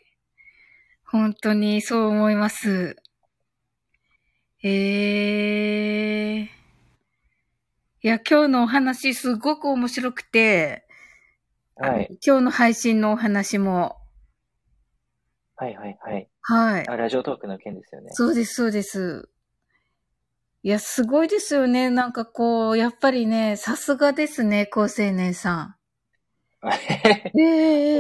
本当にそう思います。えー。いや、今日のお話すごく面白くて、はい。今日の配信のお話も、はいはいはい。はい。あ、ラジオトークの件ですよね。 そうです、そうです。いや、すごいですよね。なんかこう、やっぱりね、さすがですね、高青年さん。え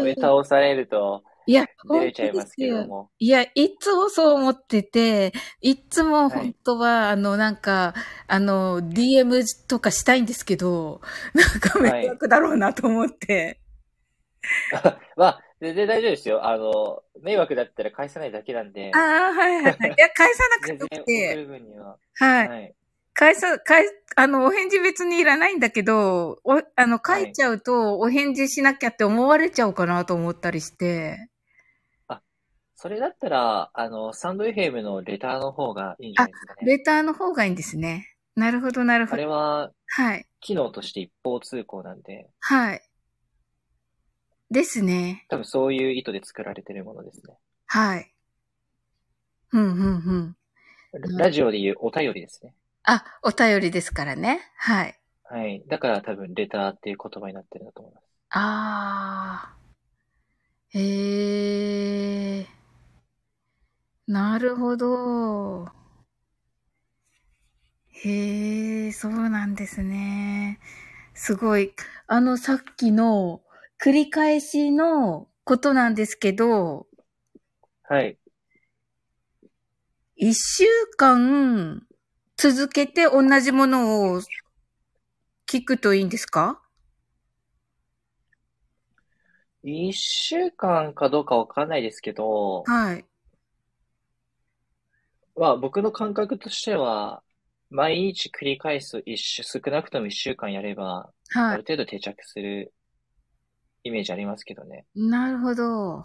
上倒されるといや、出れちゃいますけど本当ですよも。いや、いつもそう思ってて、いつも本当は、あの、なんか、あの、DM とかしたいんですけど、なんかはい迷惑だろうなと思って。まあ、全然大丈夫ですよ。あの、迷惑だったら返さないだけなんで、ああ、はいはいはい。いや、返さな全く然ても送て、る分には。はい。はい。返さ、返す、あの、お返事別にいらないんだけど、お、あの、書はいいちゃうと、お返事しなきゃって思われちゃうかなと思ったりして。それだったら、あの、サンドイフェムのレターの方がいいんじゃないですかね。レターの方がいいんですね。なるほど、なるあほれど。は、はい。機能として一方通行なんで、はい。ですね。多分そういう意図で作られてるものですね。はい。うん、うん、うん。うんラジオで言うお便りですね。あ、お便りですからね。はい。はい。だから多分、レターっていう言葉になってるんだと思います。あー。へー。なるほど。へー、そうなんですね。すごい。あの、さっきの繰り返しのことなんですけど、はい。一週間続けて同じものを聞くといいんですか一週間かどうかわかんないですけど、はい。まあ僕の感覚としては、毎日繰り返す一週、少なくとも一週間やれば、あはる程度定着するイメージありますけどね。い。なるほど。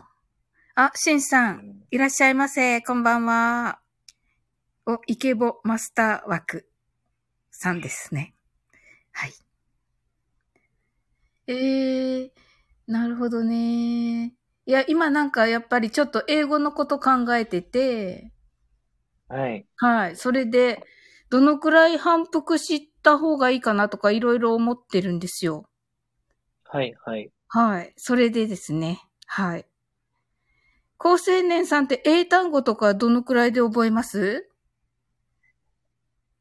あ、しんさ、うんんいらっしゃいませ。こんばんは。お、イケボマスター枠さんですね。はい。えー、なるほどね。いや、今なんかやっぱりちょっと英語のこと考えてて、はい。はい。それで、どのくらい反復した方がいいかなとかいろいろ思ってるんですよ。はい、はい。はい。それでですね。はい。高青年さんって英単語とかどのくらいで覚えます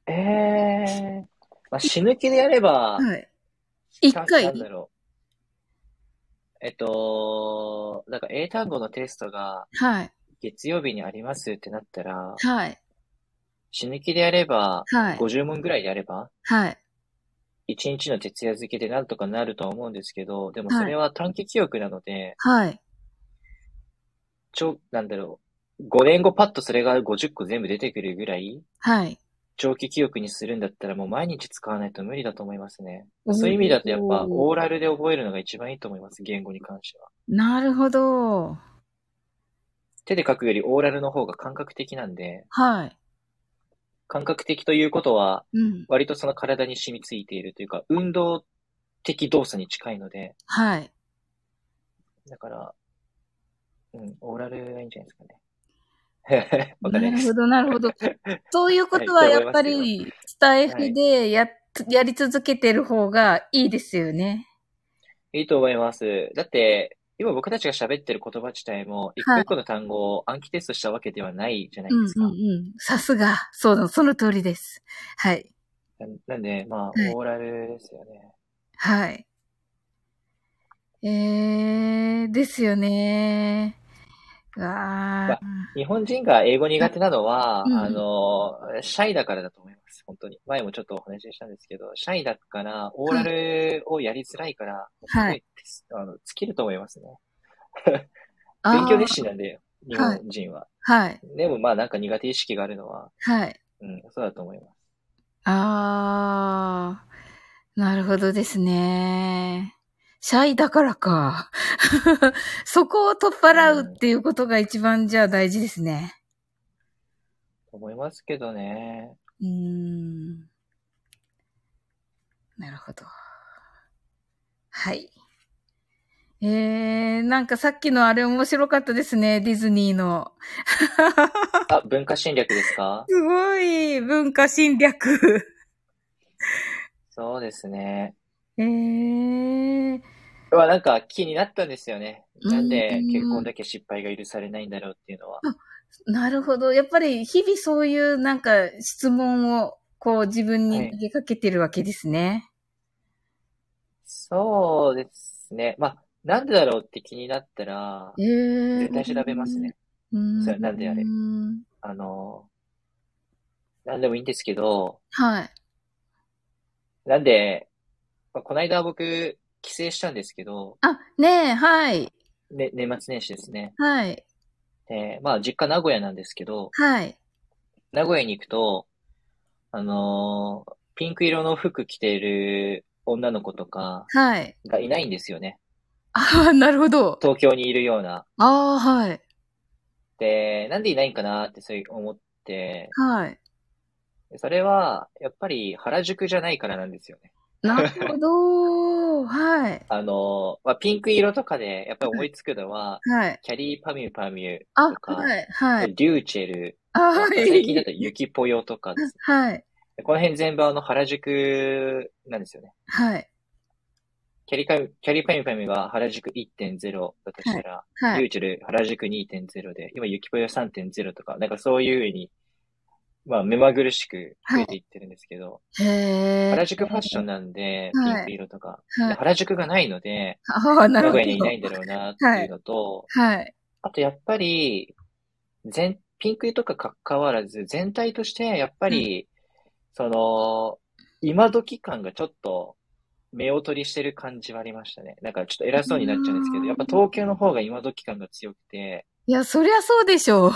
ええまあ、死ぬ気でやれば、はい。一た回なんだろう。えっと、なんか英単語のテストがはい。月曜日にありますってなったら、はい。死ぬ気でやれば、はい。 50問ぐらいやれば、はい。 1日の徹夜漬けでなんとかなるとは思うんですけど、でもはいそれは短期記憶なので、はい。ちょ、なんだろう。5年後パッとそれが50個全部出てくるぐらい、はい。長期記憶にするんだったらもう毎日使わないと無理だと思いますね。そういう意味だとやっぱオーラルで覚えるのが一番いいと思います、言語に関しては。なるほど。手で書くよりオーラルの方が感覚的なんで、はい。感覚的ということはうん。割とその体に染みついているというか、運動的動作に近いので、はい。だから、うん、オーラルがいいんじゃないです かね。わかなんなるほいです。ど、なるほど。 そういうことははいやっぱり、スタイフでやっ、やり続けてる方がいいですよね。いいと思います。だって、今僕たちが喋ってる言葉自体も、一個一個の単語を暗記テストしたわけではないじゃないうんでうんすか。うん。さすが。そうだ、その通りです。はい。なんなんで、まあい、オーラルですよね。はい。えー、ですよねー。うわ日本人が英語苦手なのは、うんあの、シャイだからだと思います、本当に。前もちょっとお話ししたんですけど、シャイだから、オーラルをやりづらいから、すごはいいですあの、尽きると思いますね。ー。勉強熱し心なんで、日本人は。はい、でもまあ、なんか苦手意識があるのは、はい。うん、そうだと思います。あー、なるほどですねー。シャイだからか。 そこを取っ払うっていうことが一番じゃあ大事ですね。思いますけど ね。うーん。なるほど。はい。えー、なんかさっきのあれ面白かったですね、ディズニーの。あ、文化侵略ですかすごい、文化侵略。そうですね。 えー、まあなんか気になったんですよね。なんでうん結婚だけ失敗が許されないんだろうっていうのは。なるほど。やっぱり日々そういうなんか質問をこう自分はにい投げかけてるわけですね。そうですね。まあ、なんでだろうって気になったら、えー。絶対調べますね。うん。それなんであれうんあの、なんでもいいんですけど、はい。なんで、まあ、この間僕、帰省したんですけど、あ、ねえ、はい。ね、年末年始ですね。はい。で、まあ実家名古屋なんですけど、はい。名古屋に行くと、あのーピンク色の服着ている女の子とかはい。がいないんですよね。ああ、なるほど。東京にいるような。ああ、はい。で、なんでいないんかなってそう思って、はい。それは、やっぱり原宿じゃないからなんですよね。なるほ ど。はい。あの、まあ、ピンク色とかで、やっぱり思いつくのは、はい。キャリーパミュパミュあと、か、はい。はい。リューチェル、あ、は最近だい。とユキポヨとかです。 はい。この辺全部あの原宿なんですよね。はい。キャリカ、キャリーパミュパミュが原宿1.0だとしたら、はリい。ューチェル原宿2.0で、今ユキポヨ3.0とか、なんかそういう風に、まあ、目まぐるしく増えていってるんですけど、へえ。原宿ファッションなんで、ピはいンク色とか。はでい。原宿がないので、ああ、な名るほ古ど屋。にいないんだろうなっていうのと、はい。あとやっぱり、全、ピンクとかかかわらず、全体としてやっぱり、その、今時感がちょっと、目を取りしてる感じはありましたね。なんかちょっと偉そうになっちゃうんですけうど、んやっぱ東京の方が今時感が強くて、いや、そりゃそうでしょう。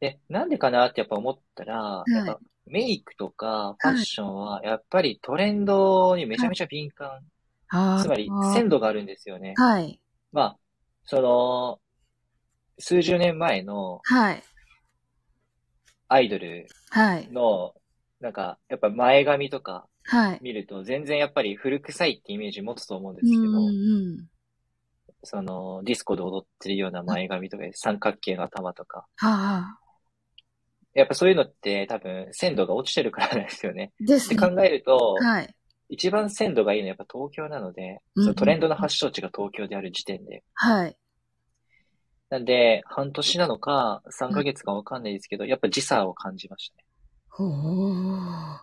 で、なんでかなってやっぱ思ったら、いやっぱメイクとかフはァいッションは、やっぱりトレンドにめちゃめちゃ敏感。あーつまり、鮮度があるんですよね。はい。まあ、その、数十年前のはい。アイドルはい。の、なんか、やっぱ前髪とかはい。見ると、全然やっぱり古臭いってイメージ持つと思うんでうすけんど、うん。その、ディスコで踊ってるような前髪とか、三角形の頭とか、はあ。やっぱそういうのって多分鮮度が落ちてるからなんですよね。ですってね。考えると、はい。一番鮮度がいいのはやっぱ東京なので、うんそのトレンドの発祥地が東京である時点で。はい。なんで、半年なのか、3ヶ月かわかんないですけど、やっぱ時差を感じましたね。ほー。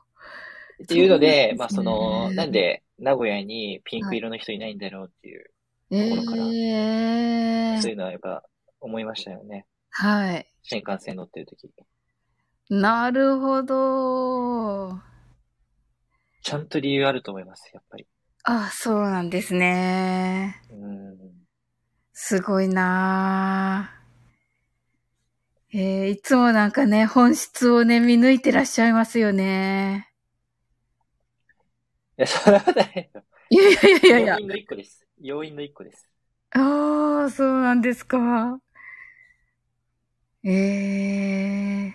っていうので、そうなんですねまあその、なんで名古屋にピンク色の人いないんだろうっていう、えころからえそういー。うのはやっぱ思いましたよね。はい。新幹線乗ってる時。なるほど。ちゃんと理由あると思います、やっぱり。あ、そうなんですね。うん。すごいなあえー、いつもなんかね、本質をね、見抜いてらっしゃいますよね。いや、そんなことないよ。いやいやいやいや要。因の一個です。要因の一個です。ああ、そうなんですか。ええ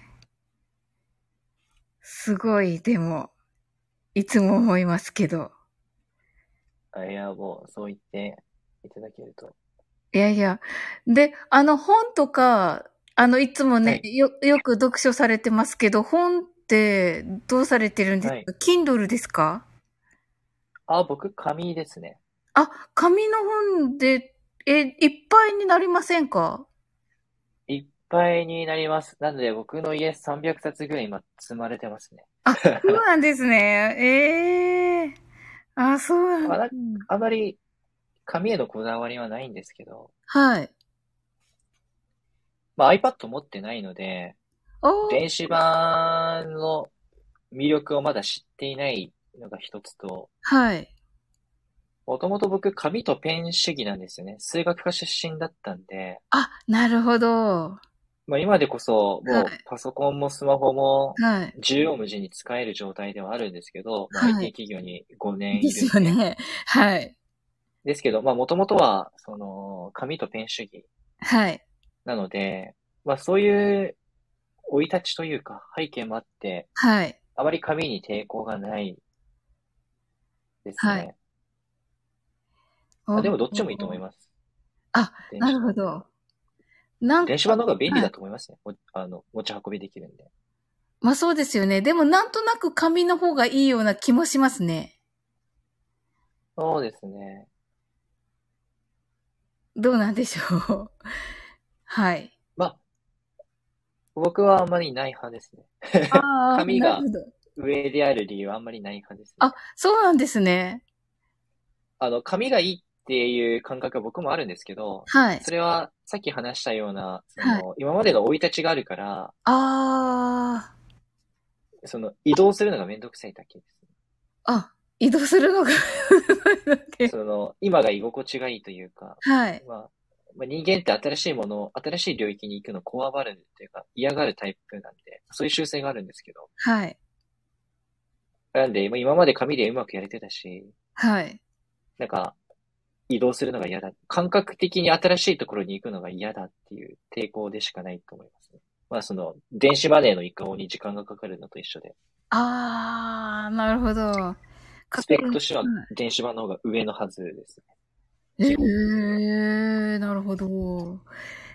すごい、でも、いつも思いますけど。あいや、もう、そう言っていただけると。いやいや。で、あの本とか、あの、いつもね、はよ、よく読書されてますけど、本ってどうされてるんですか、はい Kindle ですかあ、僕、紙ですね。あ、紙の本で、え、いっぱいになりませんかいっぱいになります。なので、僕の家300冊ぐらい今、積まれてますね。あ、そうなんですね。ええあ、そうまあななんだ。あまり、紙へのこだわりはないんですけど、はい。まあ、iPad 持ってないので、おー電子版の魅力をまだ知っていないのが一つと、はい。もともと僕、紙とペン主義なんですよね。数学科出身だったんで、あ、なるほど。まあ、今でこそ、もうはいパソコンもスマホもはい。縦横無尽に使える状態ではあるんですけど、まあはい IT 企業に5年いるんでですよね。はい。ですけど、まあもともとは、その、紙とペン主義はい。なので、まあそういう生い立ちというか背景もあって、はい。あまり紙に抵抗がないですはね。まあでもどっちもいいと思いまます。あ、電な子るほ版ど。なんか電子版の方が便利だと思いますね。もあの、持ち運びできるんで。まあそうですよね。でもなんとなく紙の方がいいような気もしますね。そうですね。どうなんでしょう。 はい。まあ、僕はあんまりない派ですね。あー紙ながるほど。上である理由はあんまりない派ですね。あ、そうなんですね。あの、紙がいいっていう感覚は僕もあるんですけど、はい。それはさっき話したような、その、今までの生い立ちがあるから、あその、移動するのがめんどくさいだけであ。あ、移動するのが す。その、今が居心地がいいというか、はい。まあ、まあ、人間って新しいもの、新しい領域に行くの怖がるっていうか、嫌がるタイプなんで、そういう習性があるんですけど。はい。なんで、まあ今まで紙でうまくやれてたし、はい。なんか、移動するのが嫌だ。感覚的に新しいところに行くのが嫌だっていう抵抗でしかないと思いますね。まあその、電子マネーの移行に時間がかかるのと一緒で、ああ、なるほど。スペックとしてはうん電子版の方が上のはずですえ基本的えなるほど。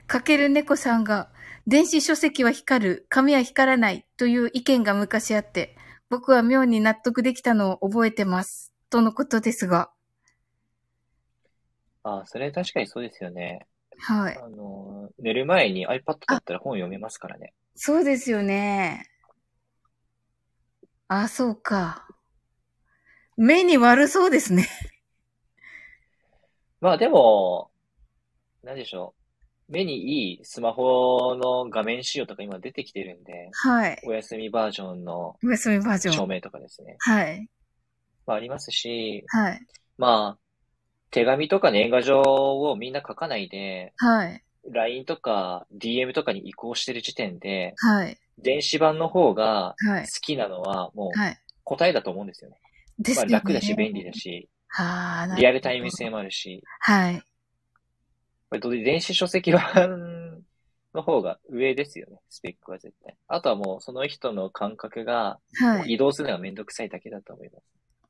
かける猫さんが、電子書籍は光る、紙は光らないという意見が昔あって、僕は妙に納得できたのを覚えてます。とのことですが。ああ、それ確かにそうですよね。はい。あの、寝る前に iPad だったら本読めますからね。そうですよね。あ、そうか。目に悪そうですね。まあでも、なんでしょう。目にいいスマホの画面仕様とか今出てきてるんで、はい。お休みバージョンのお休みバージョ照ン。明とかですね。はい。まあありますし、はい。まあ、手紙とか年賀状をみんな書かないで、はい。 LINE とか DM とかに移行してる時点で、はい。電子版の方がは好い。きなのはもうはい。答えだと思うんですよね。ですまあよね。楽だし便利だし、はあ、なるほどリアルタイム。性もあるし、はい。やっぱり電子書籍版の方が上ですよね、スペックは絶対。あとはもうその人の感覚が、はい。移動するのがめんどくさいだけだと思います。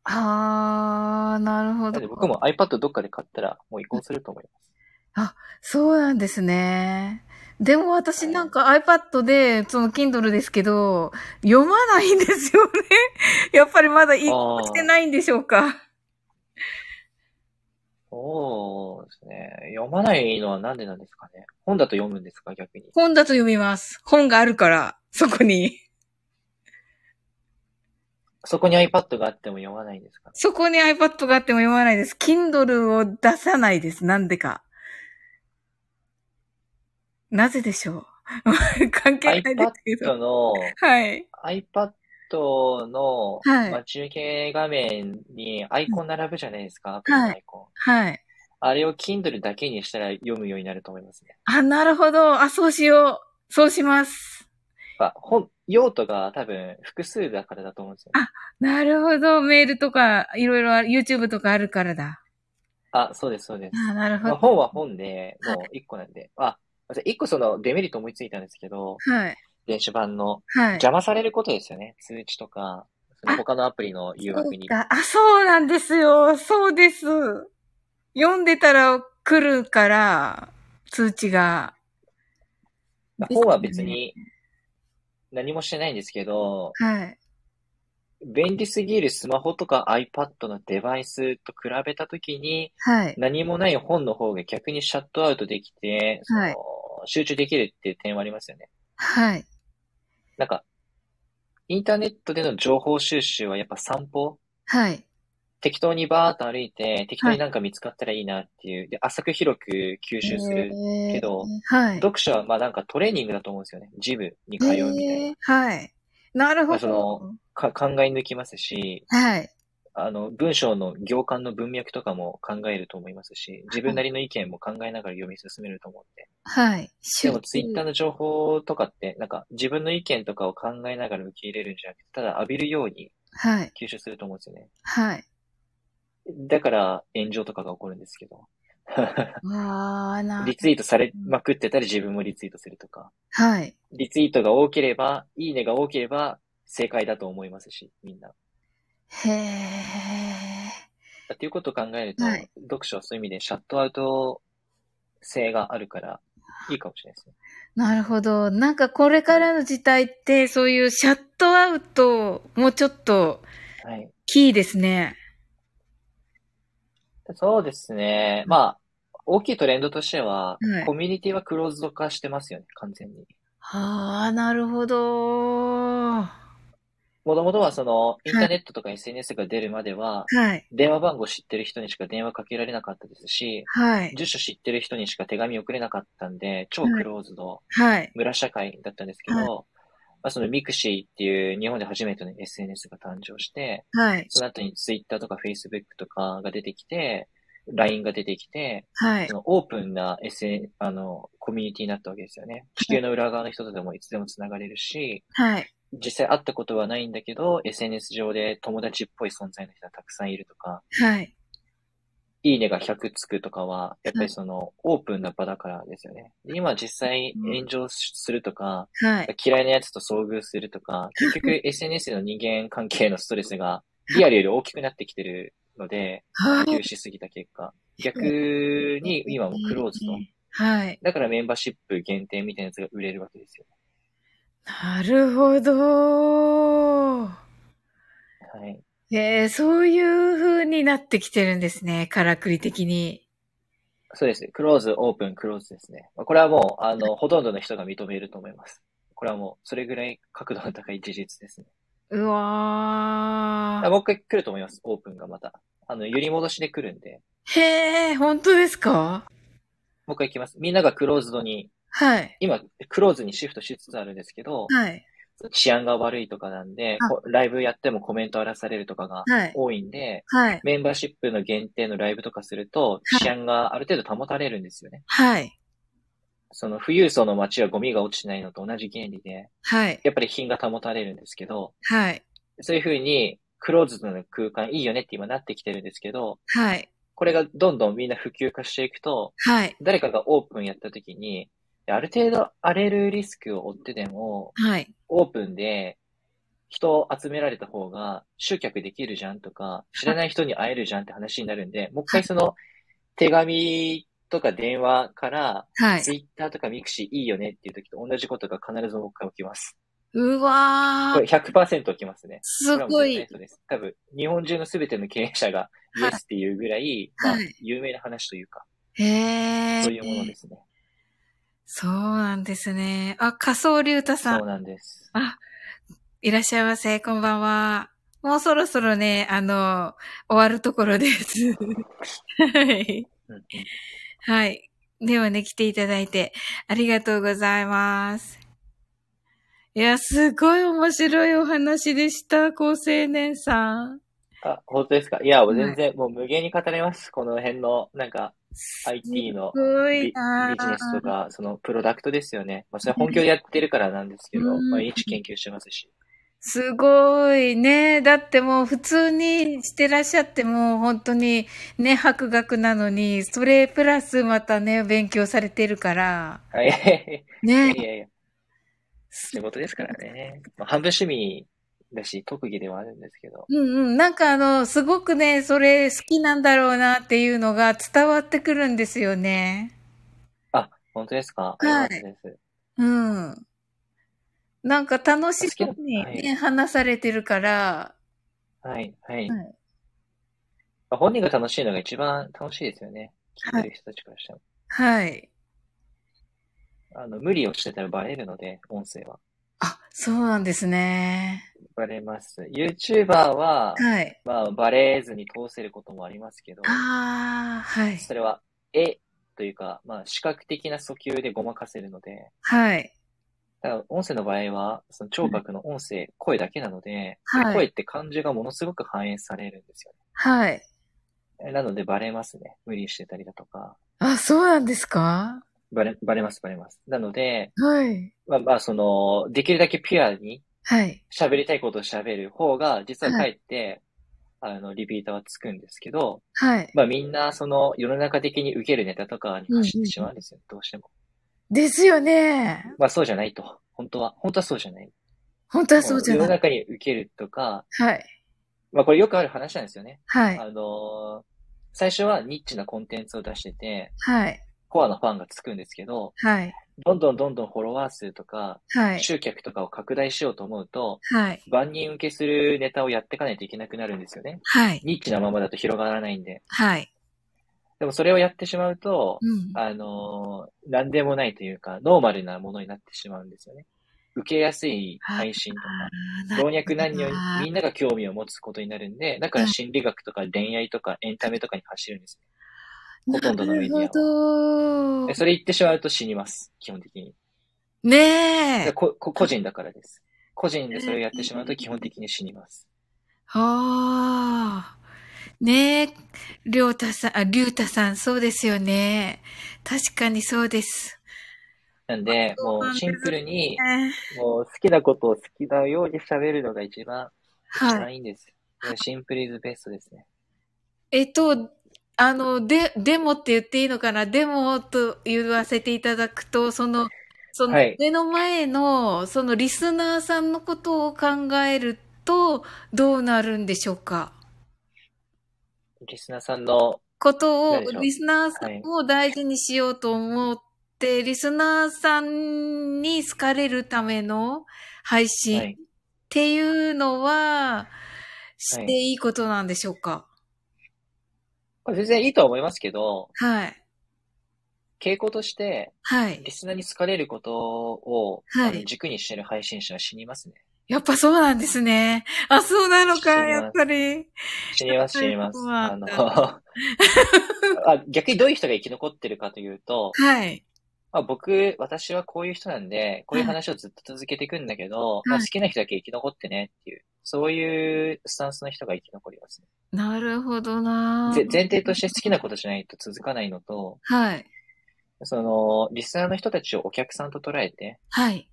はあ、なるほどなので。僕も iPad どっかで買ったらもう移行すると思います。そうなんですね。でも私なんか iPad で、その Kindle ですけど、読まないんですよね。 やっぱりまだ移行してないんでしょうか。そうですね。読まないのはなんでなんですかね。本だと読むんですか、逆に。本だと読みます。本があるから、そこに。そこに iPad があっても読まないんですかそこに iPad があっても読まないです。Kindle を出さないです。なんでか。なぜでしょう。 関係ないですけど。?iPad の、はい。 iPad の、はい待ち受け画面にアイコン並ぶじゃないですか、アプリのアイコン。はい。あれを Kindle だけにしたら読むようになると思いますね。あ、なるほど。あ、そうしよう。そうします。やっぱ本、用途が多分複数だからだと思うんですよね。なるほど。メールとか、いろいろある、YouTube とかあるからだ。あ、そうです、そうです。あ、なるほまあど。本は本で、もう一個なんで。あ、まず一個そのデメリット思いついたんですけど、はい。電子版の。はい。邪魔されることですよね。通知とか、その他のアプリの誘惑に。そうかあ、そうなんですよ。そうです。読んでたら来るから、通知が。まあ本は別に何もしてないんですけど、はい。便利すぎるスマホとか iPad のデバイスと比べたときに、はい。何もない本の方が逆にシャットアウトできて、そのはい集中できるっていう点はありますよね。はい。なんか、インターネットでの情報収集はやっぱ散歩はい。適当にバーッと歩いて、適当になんか見つかったらいいなっていう。で、浅く広く吸収する。けどえーはい。読書はまあなんかトレーニングだと思うんですよね。ジムに通うみたいな。えーはい。なるほまあそどの。か考え抜きますし、はい。あの、文章の行間の文脈とかも考えると思いますし、自分なりの意見も考えながら読み進めると思うんで。はい。でもツイッターーの情報とかって、なんか自分の意見とかを考えながら受け入れるんじゃなくて、ただ浴びるようにはい。吸収すると思うんですよね。はい。だから炎上とかが起こるんですけど。わーな。リツイートされまくってたら自分もリツイートするとか。はい。リツイートが多ければ、いいねが多ければ、正解だと思いますし、みんな。へえ。っていうことを考えると、はい読書はそういう意味でシャットアウト性があるから、いいかもしれないですね。なるほど。なんかこれからの時代って、そういうシャットアウト、もうちょっと、はい。キーですね。そうですね。まあ、大きいトレンドとしては、はいコミュニティはクローズド化してますよね、完全に。はあ、なるほど。はもともとはその、インターネットとか SNS が出るまでは、い。電話番号知ってる人にしか電話かけられなかったですし、はい。住所知ってる人にしか手紙送れなかったんで、超クローズド。はい。村社会だったんですけど、はいまあ、そのミクシーっていう日本で初めての SNS が誕生して、はい。その後にツイッターとかフェイスブックとかが出てきて、LINE が出てきて、はいそ。のオープンな SN、あの、コミュニティになったわけですよね。地球の裏側の人とでもいつでも繋がれるし、はい。実際会ったことはないんだけど、SNS 上で友達っぽい存在の人がたくさんいるとか、はい。いいねが100つくとかは、やっぱりその、オープンな場だからですよね。で今実際炎上するとか、はい。嫌いなやつと遭遇するとか、結局 SNS の人間関係のストレスがリアルより大きくなってきてるので、はい。普及しすぎた結 果、逆に今もうクローズド。はい。だからメンバーシップ限定みたいなやつが売れるわけですよ。なるほど。はい。えー、そういう風になってきてるんですね。からくり的に。そうです。クローズ、オープン、クローズですね。これはもう、あの、ほとんどの人が認めると思います。これはもう、それぐらい角度の高い事実ですね。うわー。もう一回来ると思います、オープンがまた。あの、揺り戻しで来るんで、へえ、本当ですかもう一回来ます。みんながクローズドに、はい。今、クローズにシフトしつつあるんですけど、はい。治安が悪いとかなんであ、こうライブやってもコメント荒らされるとかがはい多いんで、はい。メンバーシップの限定のライブとかするとは、い治安がある程度保たれるんですよね。はい。その富裕層の街はゴミが落ちてないのと同じ原理で、はい。やっぱり品が保たれるんですけど、はい。そういうふうにクローズドな空間いいよねって今なってきてるんですけど、はい。これがどんどんみんな普及化していくと、はい。誰かがオープンやった時に、ある程度荒れるリスクを負ってでも、はい。オープンで人を集められた方が集客できるじゃんとか、知らない人に会えるじゃんって話になるんで、もう一回その手紙とか電話から、はいツ。イッターとかミクシーいいよねっていう時と同じことが必ず僕が起きます。うこわれー。 100%起きますね。すごこれはもう絶い対。そうです。多分、日本中のすべての経営者がイはエいスっていうぐらい、はいまあ、有名な話というか、へえ。そういうものですね。そうなんですね。あ、仮想竜太さんそう、なんです。いらっしゃいませ。こんばんは。もうそろそろね、あの、終わるところです。はい。うんうんはい。ではね、来ていただいて、ありがとうございます。いや、すごい面白いお話でした、高青年さん。あ、本当ですかいや、い全然、もう無限に語れます。この辺の、なんか、IT のすごビいビジなネスとか、そのプロダクトですよね。まあ、それは本業でやってるからなんですけど、うん毎日研究してますし。すごいね。だってもう普通にしてらっしゃってもう本当にね、博学なのに、それプラスまたね、勉強されてるから。はい。いや ね。いやいや、仕事ですからね。まあ、半分趣味だし、特技ではあるんですけど。うんうん。なんかあの、すごくね、それ好きなんだろうなっていうのが伝わってくるんですよね。あ、本当ですかいありがとうございます。うん。なんか楽しそうに好きね、話されてるから。はい、はい。はまあ本人が楽しいのが一番楽しいですよね。聞いてる人たちからしても。はい。あの、無理をしてたらバレるので、音声は。あ、そうなんですね。バレます。YouTuber は、はい。まあ、バレずに通せることもありますけど、ああ、はい。それは、絵というか、まあ、視覚的な訴求でごまかせるので、はい。だから音声の場合は、その聴覚の音声、声だけなので、はい声って感情がものすごく反映されるんですよはい。ね。なので、バレますね。無理してたりだとか、あ、そうなんですかバレ、バレます、バレます。なので、はい。まあ、まあ、その、できるだけピュアにはい。喋りたいことを喋る方が、実はかえって、あの、リピーターはつくんですけど、はい。まあみんな、その、世の中的に受けるネタとかに走ってしまうんですよ、どうしても。ですよね。まあそうじゃないと。本当は、本当はそうじゃない。本当はそうじゃ世のない。中に受けるとか、はい。まあこれよくある話なんですよね。はい。あのー最初はニッチなコンテンツを出してて、はい。コアのファンがつくんですけど、はい。どんどんどんどんフォロワー数とか、はい。集客とかを拡大しようと思うと、はい。万人受けするネタをやっていかないといけなくなるんですよね。はい。ニッチなままだと広がらないんで。はい。でもそれをやってしまうと、うん。あのー、なんでもないというか、ノーマルなものになってしまうんですよね。受けやすい配信とか、老若男女にみんなが興味を持つことになるんで、だから心理学とか恋愛とかエンタメとかに走るんですよ。ほとんどのメディなアるは。ほどで。それ言ってしまうと死にます、基本的に。ねえ。ここ個人だからです。個人でそれをやってしまうと基本的に死にます。ああ。ねえ。りょうたさん、あ、りゅうたさん、そうですよね。確かにそうです。なんで、もそうなんうですシンプルに、ねもう好きなことを好きなように喋るのが一番、一はい。番いいんです。シンプルイズベストですね。えっと、あの、で、デモって言っていいのかなデモと言わせていただくと、その、そのはい目の前の、そのリスナーさんのことを考えると、どうなるんでしょうかリスナーさんの、ことを何でしょ、うリスナーさんを大事にしようと思って、リスナーさんに好かれるための配信はっい。ていうのは、していいことなんでしょうかまあ全然いいとは思いますけど、はい。傾向として、はいリ。スナーに好かれることを、はいあの軸にしてる配信者は死にますね。やっぱそうなんですね。あ、そうなの知りか、ますやっぱり。死にます、死にます。うわあの、あ 逆にどういう人が生き残ってるかというと、はい。まあ、僕、私はこういう人なんで、こういう話をずっと続けていくんだけど、まあ、好きな人だけ生き残ってねっていう、そういうスタンスの人が生き残りますね。なるほどなぜ前提として好きなことじゃないと続かないのと、はい。その、リスナーの人たちをお客さんと捉えて、はい。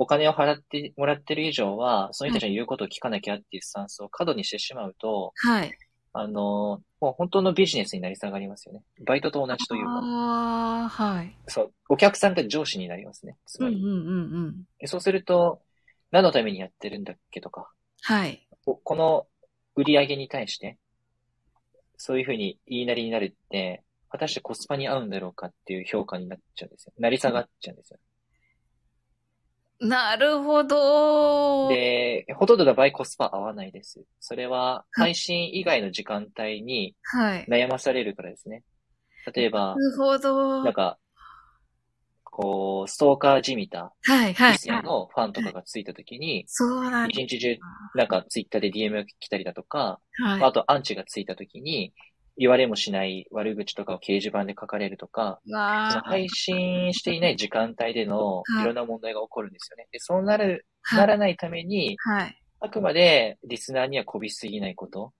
お金を払ってもらってる以上は、その人たちの言うことを聞かなきゃっていうスタンスを過度にしてしまうと、はい。あの、もう本当のビジネスになり下がりますよね。バイトと同じというか、ああ、はい。そう、お客さんが上司になりますね。つうんまうんり。うんうん。でそうすると、何のためにやってるんだっけとか、はい。ここの売り上げに対して、そういうふうに言いなりになるって、果たしてコスパに合うんだろうかっていう評価になっちゃうんですよ。なり下がっちゃうんですよ。なるほど。で、ほとんどの場合コスパ合わないです。それは配信以外の時間帯にはい。な悩まされるからですね。例えば、るほど。なんはか、こう、ストーカーじみたい、はい異。性のファンとかがついたときに、そうなん一日中、なんかツイッターで DM が来たりだとか、はい。あとアンチがついたときに、言われもしない悪口とかを掲示板で書かれるとか、そのわー配信していない時間帯でのはいいろんな問題が起こるんですよね。で、そうなる、は。ないらないために、はい。あくまでリスナーにはこびすぎないこと、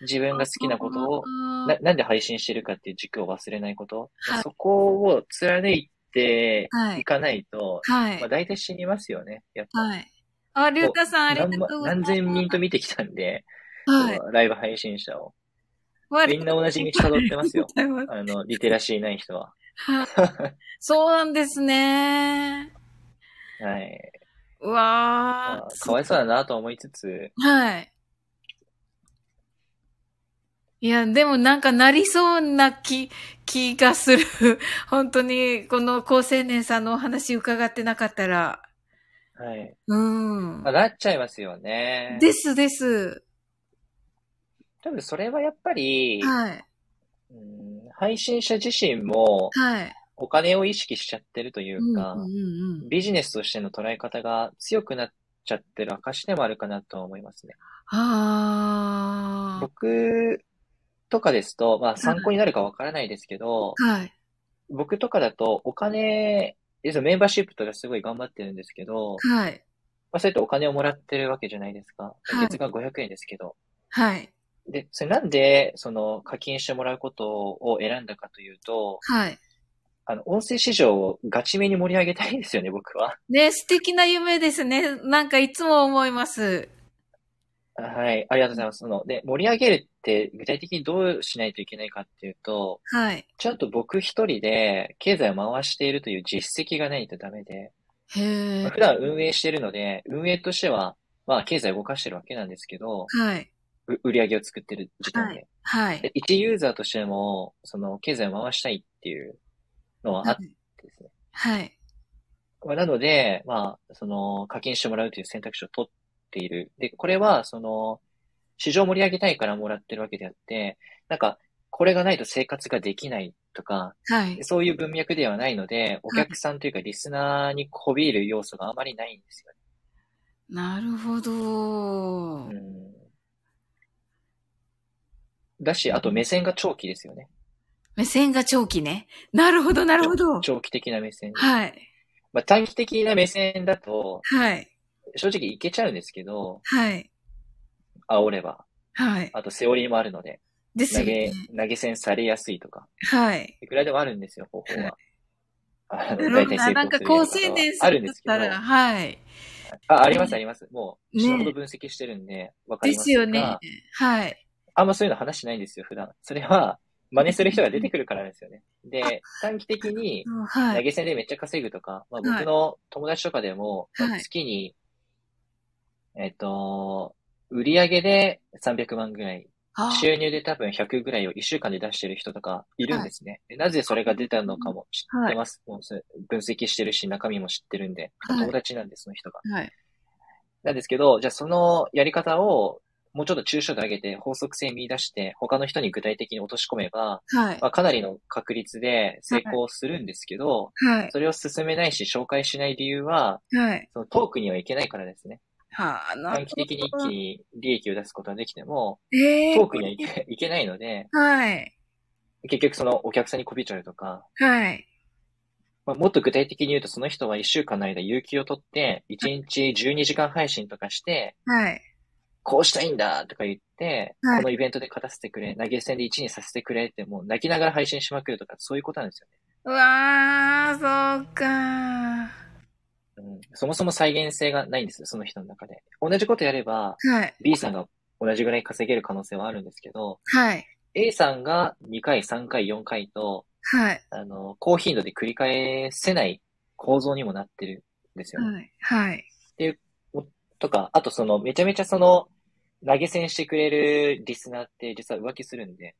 自分が好きなことを、あーな、なんで配信してるかっていう軸を忘れないこと、はいそこを貫いてはいいかないと、はいまあ、。大体死にますよね。やっぱ。はい。あ、りゅうたさん、ありがとう何万ございます。何千人と見てきたんで、はい。ライブ配信者を。割。みんな同じ道辿ってますよ ありがとうございまあの、リテラシーない人は。すはいそうなんですね。はい。うわまあー。かわいそうだなと思いつつ、はい。いや、でもなんかなりそうな気、気がする。 本当に、この高青年さんのお話伺ってなかったら。はい。うんまあ、。なっちゃいますよね。ですです。多分それはやっぱり、はい。うん配信者自身もはい。お金を意識しちゃってるといううんか、うんうんうん。ビジネスとしての捉え方が強くなっちゃってる証でもあるかなとは思いますね。あ僕とかですと、まあ参考になるかわからないですけど、ー。はい。僕とかだとお金、要するにメンバーシップとかすごい頑張ってるんですけど、はい。まあ、そうやってお金をもらってるわけじゃないですか。はい月額500円ですけど。はい。で、それなんで、その課金してもらうことを選んだかというと、はい。あの、音声市場をガチめに盛り上げたいんですよね、僕は。 ね、素敵な夢ですね。なんかいつも思います。はい、ありがとうございます。その、で、盛り上げるって具体的にどうしないといけないかっていうと、はい。ちゃんと僕一人で経済を回しているという実績がないとダメで、へえまあ。普段運営しているので、運営としては、まあ経済を動かしてるわけなんですけど、はい。う売り上げを作ってる時点で。はい。で、 一ユーザーとしても、その経済を回したいっていうの はあってですね。はい。まあなので、まあ、その課金してもらうという選択肢を取っている。で、これは、その、市場を盛り上げたいからもらってるわけであって、なんか、これがないと生活ができないとか、はい。そういう文脈ではないので、お客さんというかリスナーにこびる要素があまりないんですよなるほどね。。うんだし、あと目線が長期ですよね。目線が長期ね。なるほど、なるほど。長期的な目線。はい。まあ、短期的な目線だと、はい。正直いけちゃうんですけど、はい。煽れば。はい。あと、セオリーもあるので、です投よげね。、投げ銭されやすいとか、はい。いくらでもあるんですよ、方法 は。あなのる大ほど体な。成なん功かする高や青り年方はさあんるんだでっすけど、たら、はい。あ、ありますあります。もう、ね死ぬほど分析してるんで、わかりでますすよねが。はい。あんまそういうの話しないんですよ、普段。それは、真似する人が出てくるからですよね。で、短期的に、は投い。げ銭でめっちゃ稼ぐとか、まあ、はい僕の友達とかでも、はいまあ月に、えっと、売り上げで300万ぐらい、あ収入で多分100ぐらいを1週間で出してる人とかいるんですね。でなぜそれが出たのかも知ってます。もうそれ分析してるし、中身も知ってるんで、はい友達なんです、その人が。はい。なんですけど、じゃあそのやり方を、もうちょっと抽象度上げて法則性見出して、他の人に具体的に落とし込めば、はいま。あ、かなりの確率で成功するんですけど、はい。それを進めないし、紹介しない理由は、はい。その遠くにはいけないからですね。はあ、なる短期的に一気に利益を出すことができても、ええ遠くにはいけいけないので、はい。結局そのお客さんにこびちゃうとか、はい。まあ、もっと具体的に言うとその人は1週間の間有給を取って、1日12時間配信とかして、はい。こうしたいんだとか言って、はいこのイベントで勝たせてくれ、投げ銭で1にさせてくれってもう泣きながら配信しまくるとか、そういうことなんですよね。うわー、そうかうん、そもそも再現性がないんですよ、その人の中で。同じことやれば、はい。 B さんが同じぐらい稼げる可能性はあるんですけど、はい。 A さんが2回、3回、4回と、はい。あの、高頻度で繰り返せない構造にもなってるんですよ。はい。はい。とか、あとその、めちゃめちゃその、投げ銭してくれるリスナーって実は浮気するんで、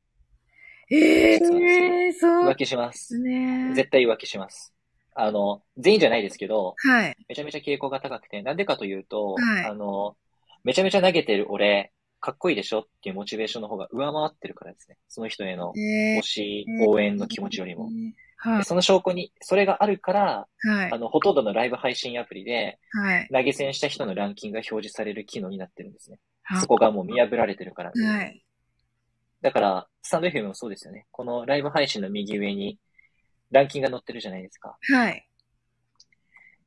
えそうえー、そう浮で気しますす。ね。絶対浮気します。あの、全員じゃないですけど、はい。めちゃめちゃ傾向が高くて、なんでかというと、はいあの、めちゃめちゃ投げてる俺、かっこいいでしょっていうモチベーションの方が上回ってるからですね。その人へのえ推し、応援の気持ちよりも。。はでその証拠に、それがあるから、い。はいあ。の、ほとんどのライブ配信アプリで、はい。投げ銭した人のランキングが表示される機能になってるんですねは。そこがもう見破られてるから。はい。だから、スタンド FM もそうですよね。このライブ配信の右上に、ランキングが載ってるじゃないですか。はい。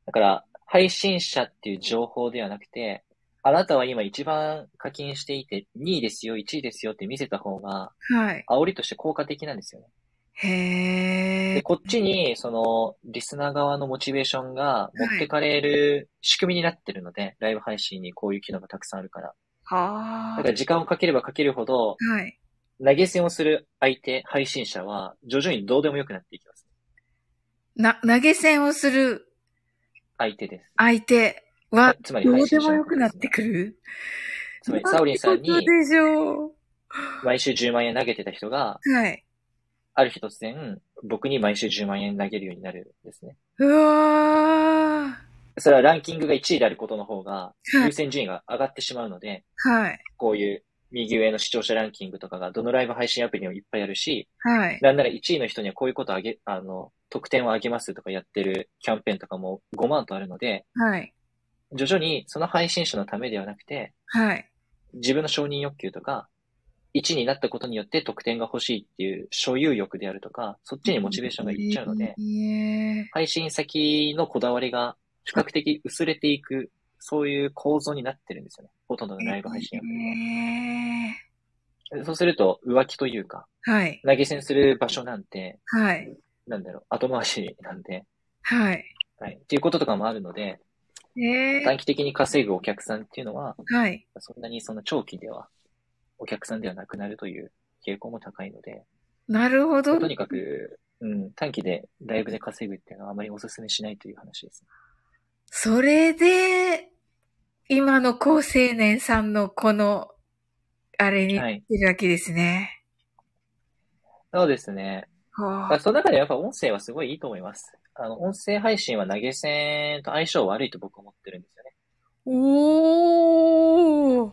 だから、配信者っていう情報ではなくて、あなたは今一番課金していて、2位ですよ、1位ですよって見せた方が、はい。煽りとして効果的なんですよね。へで、え。こっちに、その、リスナー側のモチベーションが持ってかれる仕組みになってるので、ライブ配信にこういう機能がたくさんあるから。はだあか。ら時間をかければかけるほど、はい。投げ銭をする相手、配信者は、徐々にどうでもよくなっていきます。な、投げ銭をする相手です。相手は、つまりど配うで信者ものよことくですねなってくるつまり、サオリンさんになんてことでしょう。毎週10万円投げてた人が、はい。ある日突然、僕に毎週10万円投げるようになるんですね。うわそれはランキングが1位であることの方が、はい優先順位が上がってしまうので、ー。はい。こういう右上の視聴者ランキングとかが、どのライブ配信アプリにもいっぱいあるし、はい。なんなら1位の人にはこういうことあげ、あの、得点を上げますとかやってるキャンペーンとかも5万とあるので、はい。徐々にその配信者のためではなくて、はい。自分の承認欲求とか、1位になったことによって得点が欲しいっていう所有欲であるとか、そっちにモチベーションがいっちゃうので、えー配信先のこだわりが比較的薄れていく、そういう構造になってるんですよね。ほとんどのライブ配信アプえリはそうすると、浮気というか、ーはい。投げ銭する場所なんて、はい。なんだろう、後回しなんで、はい。はい。っていうこととかもあるので、えー短期的に稼ぐお客さんっていうのは、はい。そんなにその長期では、お客さんではなくなるという傾向も高いので、なるほどと。にかく、うん、短期でライブで稼ぐっていうのはあまりお勧めしないという話です。それで、今の高青年さんのこの、あれになはっいてるわけですね。そうですね。まはあ、その中でやっぱ音声はすごいいいと思います。あの、音声配信は投げ銭と相性悪いと僕は思ってるんですよね。おー。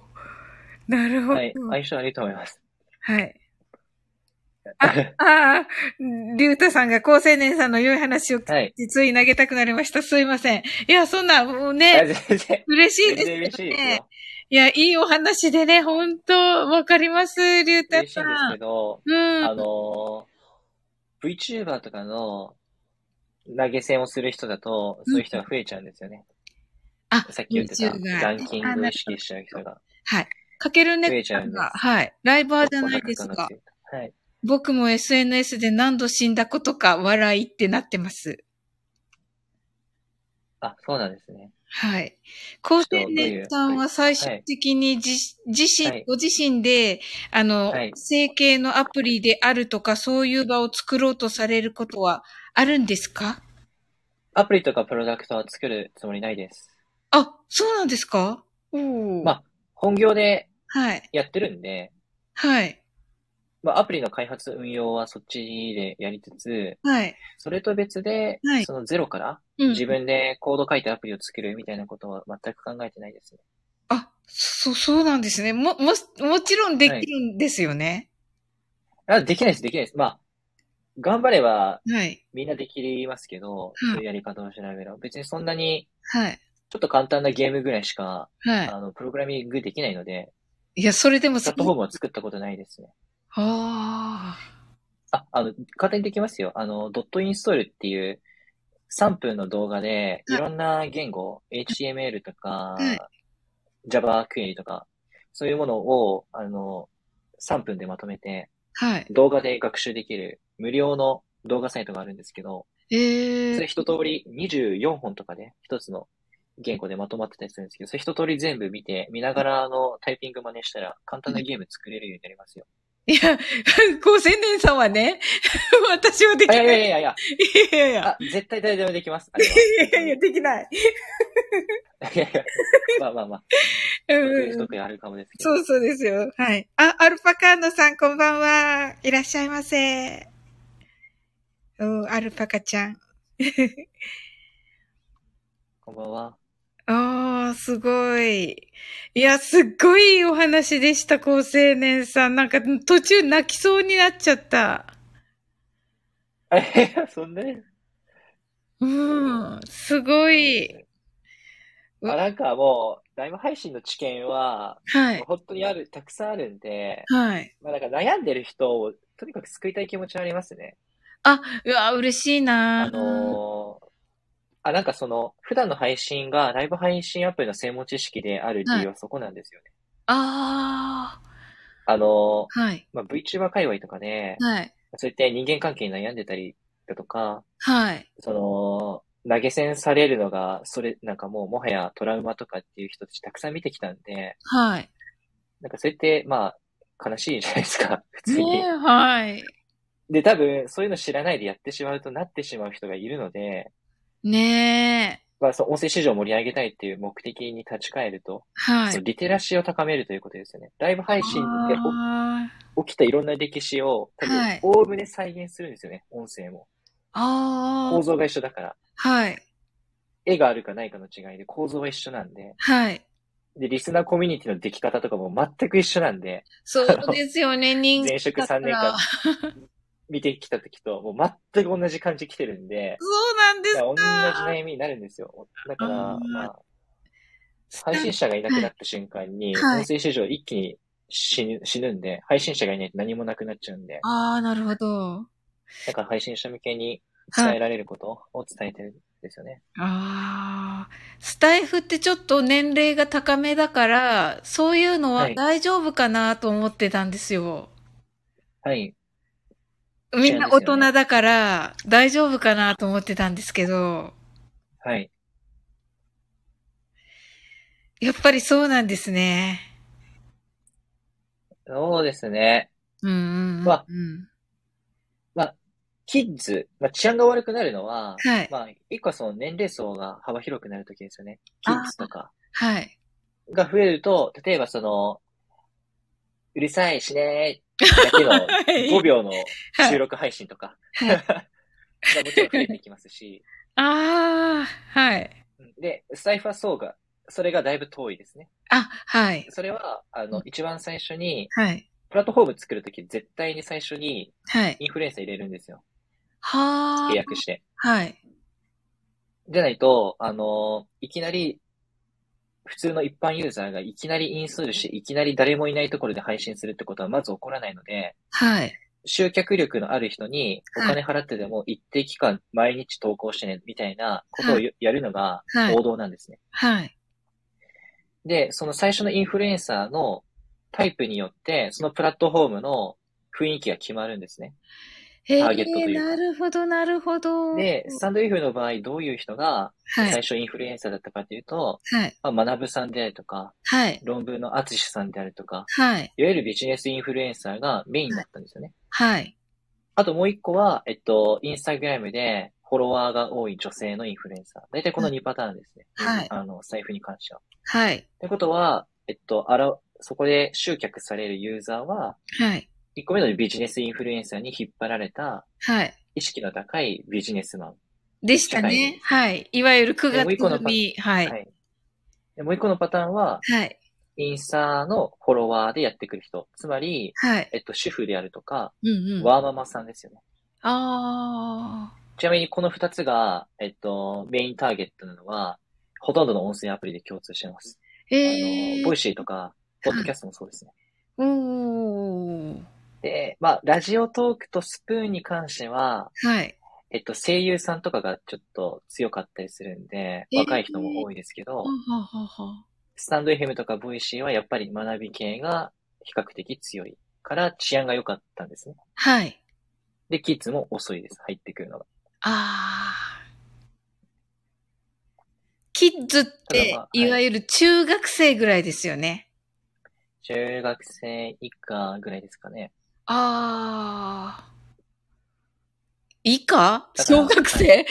なるほど。はい、相性悪いと思います。はい。 ああ、りゅうたさんが高青年さんの良い話を聞はい。いてつい投げたくなりました。すいません。いや、そんな、もうあね、全然、嬉しい全です然嬉しいですよ。いや、いいお話でね、ほんと、わかります、りゅうた嬉しいさんですけん。ど、うん。あのー、VTuber とかの投げ銭をする人だと、そういう人が増えちゃうんですよね。あ、さっき言ってた、 YouTuber ランキンあグをな意識しちゃう人が。かける増ねえちゃうんですはい。ライバーじゃないですか。はい。僕も SNS で何度死んだことか笑いってなってます。あ、そうなんですね。はい。高青どうい年うさんは最終的に自,、自身、はいご自身で、あの、はい整形のアプリであるとか、そういう場を作ろうとされることはあるんですかアプリとかプロダクトは作るつもりないです。あ、そうなんですかおお。まあ本業ではい。やってるんで、はい。まあ、アプリの開発運用はそっちでやりつつ、はい。それと別で、はいそのゼロからうん自分でコード書いてアプリを作るみたいなことは全く考えてないですね。あ、そ、そうなんですね。も、も、もちろんできるんですよね。あ、できないです、できないです。まあ、頑張ればはい。みんなできますけど、うんそういうやり方を調べれば、別にそんなにはい。ちょっと簡単なゲームぐらいしか、はい。あの、プログラミングできないので、いや、それでもプラットフォームを作ったことないですね。ああ。あ、あの、簡単にできますよ。あの、ドットインストールっていう3分の動画で、はいいろんな言語、HTML とかはい、 Java クエリとか、そういうものを、あの、3分でまとめて、はい。動画で学習できる無料の動画サイトがあるんですけど、えそえれ一通り24本とかで一つの言語でまとまってたりするんですけど、それ一通り全部見て、見ながらあのタイピング真似したら簡単なゲーム作れるようになりますよ。いや、 高青年さんはね、 私はできあいなやい。いいややいやいや、いやいや。あ、絶対誰でもできます。あれはいやいや、できない。いやいや、まあまあまあ、得意う不ん。得意あるかもですけど。そうそうですよ。はい。あ、アルパカーノさん、こんばんは。いらっしゃいませ。うん、アルパカちゃん。こんばんは。ああ、すごい。いや、すっごいいいお話でした、高青年さん。なんか、途中泣きそうになっちゃった。あいやいやそんなねうん、すごい。あ、なんかもう、ライブ配信の知見は、はい。本当にある、たくさんあるんで、はい。まあなんか悩んでる人を、とにかく救いたい気持ちはありますね。あ、うわ、嬉しいなあのーあ、なんかその、普段の配信がライブ配信アプリの専門知識である理由はそこなんですよね。ああのあ、はい。ーまあ、VTuber 界隈とかで、はい。そういった人間関係に悩んでたりだとか、はい。その、投げ銭されるのが、それ、なんかもうもはやトラウマとかっていう人たちたくさん見てきたんで、はい。なんかそれって、まあ、悲しいじゃないですか、 普通ねにえ。はい。で、多分、そういうの知らないでやってしまうとなってしまう人がいるので、ねえ。まあ、その音声市場を盛り上げたいっていう目的に立ち返ると、はそいの。リテラシーを高めるということですよね。ライブ配信であお起きたいろんな歴史を、多はい分、おおむね再現するんですよね、音声も。あ構ー。造が一緒だから。はい。絵があるかないかの違いで構造は一緒なんで、はい。で、リスナーコミュニティの出来方とかも全く一緒なんで、そうですよね、人 間前職3年間見てきた時と、もう全く同じ感じ来てるんで、そうなんですだから同じか。悩みになるんですよ。だから、あーまあ、配信者がいなくなった瞬間に、はい音声市場一気に死ぬ死ぬんで、配信者がいないと何もなくなっちゃうんで、ああ、なるほど。だから配信者向けに伝えられることを伝えてるんですよね。ああ。スタイフってちょっと年齢が高めだから、そういうのははい大丈夫かなと思ってたんですよ。はい。みんな大人だから、大丈夫かなと思ってたんですけど、はい。やっぱりそうなんですね。そうですね。うんうんうん、まあうん。キッズ、まあ、治安が悪くなるのは、はい。まあ、一個はその年齢層が幅広くなるときですよね。キッズとかはい。が増えると、例えばその、うるさいしねーだけのはい5秒の収録配信とか、はい がもちろん増えていきますし、 ああ、はい。うんで、スタイフはそうが、それがだいぶ遠いですね。あ、はい。それは、あの、一番最初に、はい。プラットフォーム作るとき絶対に最初にはい。インフルエンサー入れるんですよ。はあ。契約して。はい。じゃないと、あの、いきなり、普通の一般ユーザーがいきなりインストールして、いきなり誰もいないところで配信するってことはまず起こらないので、はい。集客力のある人にお金払ってでも一定期間毎日投稿してね、みたいなことをよやるのがはい王道なんですね。はい。で、その最初のインフルエンサーのタイプによって、そのプラットフォームの雰囲気が決まるんですね。へえターゲットというかなるほど、なるほど。で、スタンド F の場合、どういう人がはい。最初インフルエンサーだったかというと、はい。まあ、学ぶさんであるとか、はい。論文の厚志さんであるとか、はい。いわゆるビジネスインフルエンサーがメインだったんですよね。はい。あともう一個は、えっと、インスタグラムでフォロワーが多い女性のインフルエンサー。大体この2パターンですね。はいあの、財布に関しては。はい。ってことは、えっと、あら、そこで集客されるユーザーは、はい。 1個目のビジネスインフルエンサーに引っ張られた、はい。意識の高いビジネスマン。でしたね。はい。いわゆる9でもう一個月のパ組。は。はいい。でもう一個のパターンは、はい。インスタのフォロワーでやってくる人。つまり、はい。えっと、主婦であるとか、うんうん。ワーママさんですよね。あちなみにこの二つが、えっと、メインターゲットなのは、ほとんどの音声アプリで共通しています。ー。あえの、ー。ボイシーとか、ポッドキャストもそうですね。おー。で、まあ、ラジオトークとスプーンに関しては、はい。えっと、声優さんとかがちょっと強かったりするんで、えー若い人も多いですけど、はははは。スタンド FM とかボイシーはやっぱり学び系が比較的強いから治安が良かったんですね。はい。で、キッズも遅いです。入ってくるのが。ああ。キッズって、ただまあはいいわゆる中学生ぐらいですよね。中学生以下ぐらいですかね。ああ。以下だから小学生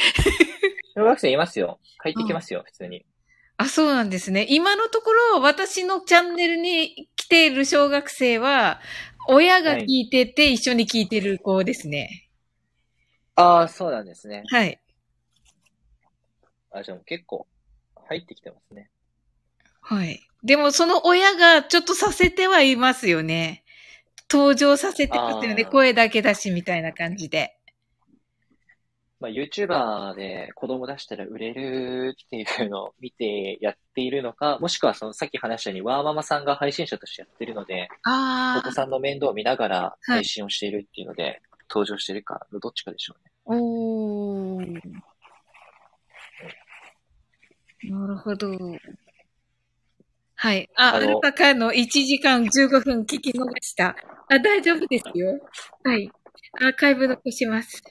小学生いますよ。入ってきますよ、普通に。あ、そうなんですね。今のところ、私のチャンネルに来ている小学生は、親が聞いてて一緒に聞いてる子ですね。ああ、そうなんですね。はい。あ、じゃあもう結構入ってきてますね。はい。でも、その親がちょっとさせてはいますよね。登場させてますよね。あー声だけだし、みたいな感じで。まあ、YouTuber で子供出したら売れるっていうのを見てやっているのか、もしくはそのさっき話したようにワーママさんが配信者としてやってるので、おあ子あ。さんの面倒を見ながら配信をしているっていうので、登場してるかのどっちかでしょうね。おー。なるほど。はい。あ、あアのルパカの1時間15分聞き逃した。あ、大丈夫ですよ。はい。アーカイブ残します。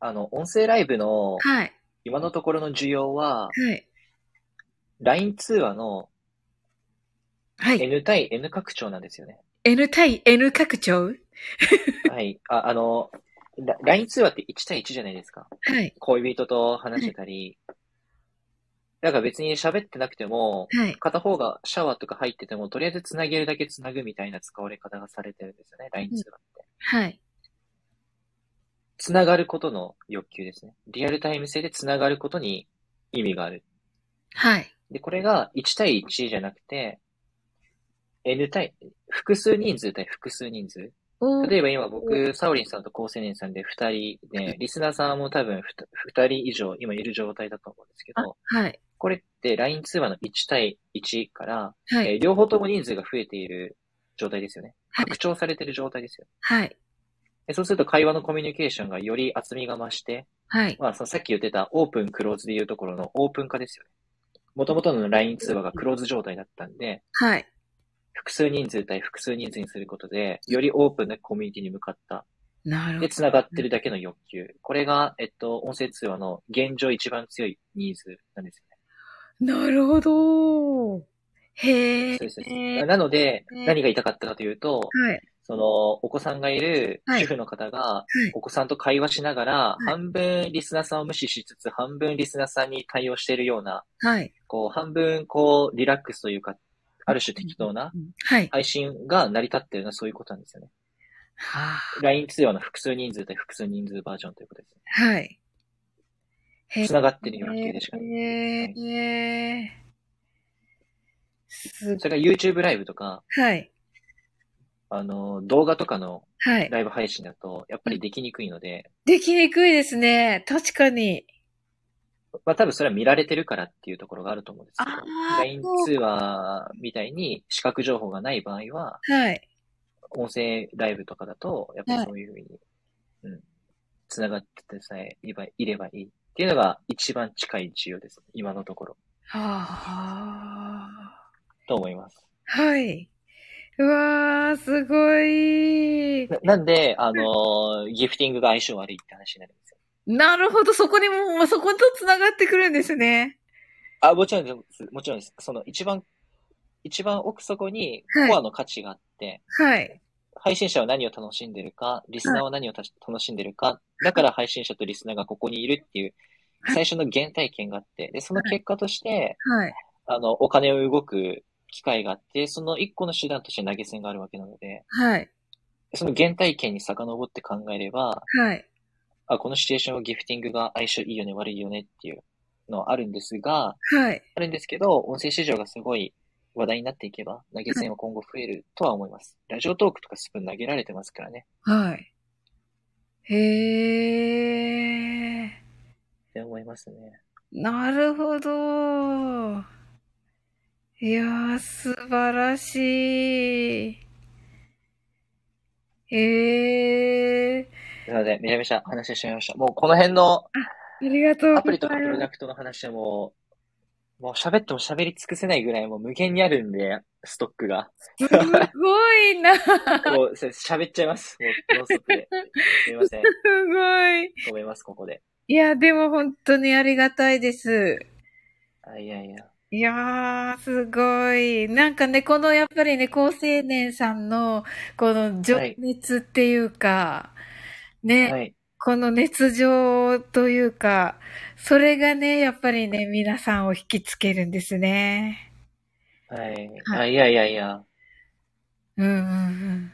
あの、音声ライブのはい。今のところの需要は、はい。 LINE 通話のはい。 N 対 N 拡張なんですよね。 N 対 N 拡張はい。あ、あの、ラ LINE 通話って1対1じゃないですか。はい。恋人と話してたり。だから別に喋ってなくても、はい。片方がシャワーとか入ってても、とりあえず繋げるだけ繋ぐみたいな使われ方がされてるんですよね、LINE 通話って。はい。繋がることの欲求ですね。リアルタイム性で繋がることに意味がある。はい。で、これが1対1じゃなくて、N 対、複数人数対複数人数。お例えば今僕、サオリンさんと高青年さんで2人で、リスナーさんも多分 2, 人以上今いる状態だと思うんですけあど、はい。これって LINE 通話の1対1から、はえい。ー両方とも人数が増えている状態ですよね。はい拡張されている状態ですよ。はい。でそうすると会話のコミュニケーションがより厚みが増して、はい。まあ、そのさっき言ってたオープン、クローズでいうところのオープン化ですよね。元々の LINE 通話がクローズ状態だったんで、はい。複数人数対複数人数にすることで、よりオープンなコミュニティに向かったなるほで、ど。繋がってるだけの欲求。これが、えっと、音声通話の現状一番強いニーズなんですよね。なるほど。へえ。そうですそうですなので、えー何が言いたかったかというと、はい。その、お子さんがいるはい主婦の方がい、お子さんと会話しながらい、半分リスナーさんを無視しつつ、半分リスナーさんに対応しているような、はい。こう、半分、こう、リラックスというか、ある種適当なはい。配信が成り立ってるのはそういうことなんですよね。はあ。 LINE 通話の複数人数対複数人数バージョンということですね。はい。へ繋がってる欲求でしかない。へーすそれが YouTube ライブとか、はい。あの、動画とかのはい。ライブ配信だと、やっぱりできにくいので、できにくいですね。確かに。まあ多分それは見られてるからっていうところがあると思うんですけど、あー LINE 通話みたいに視覚情報がない場合は、はい。音声ライブとかだと、やっぱりそういうふうに、うん、繋がっててさえいばいればいいっていうのが一番近い需要です。今のところ。はあ。と思います。はい。うわー、すごい。ななんで、あの、ギフティングが相性悪いって話になるんですよ。なるほど。そこにも、もうそこと繋がってくるんですね。あ、もちろんです。もちろんです。その一番、一番奥底にはいコアの価値があって、はい。配信者は何を楽しんでるか、リスナーは何をたし楽しんでるか、だから配信者とリスナーがここにいるっていう、はい最初の原体験があって、で、その結果として、はい。あの、お金を動く機会があって、その一個の手段として投げ銭があるわけなので、はい。その原体験に遡って考えれば、はい。あ、このシチュエーションはギフティングが相性いいよね、悪いよねっていうのはあるんですが、はい。あるんですけど、音声市場がすごい話題になっていけば、投げ銭は今後増えるとは思います。ラジオトークとかスプーン投げられてますからね。はい。へー。って思いますね。なるほど。いやー、素晴らしい。ええなので、めちゃめちゃ話してしまいました。もうこの辺のー、ありがとうございます。アプリとかプロダクトの話はもう、もう喋っても喋り尽くせないぐらいもう無限にあるんで、ストックが。すごいな。すもう、せ喋っちゃいます。もう、ノンストップで。すいません。ごい。止めます、ここで。いや、でも本当にありがたいです。あ、いやいや。いやー、すごい。なんかね、このやっぱりね、高青年さんの、この情熱っていうか、ね、はい。この熱情というか、それがね、やっぱりね、皆さんを引きつけるんですね。はい。はいあ、いやいやいや。うんうんうん。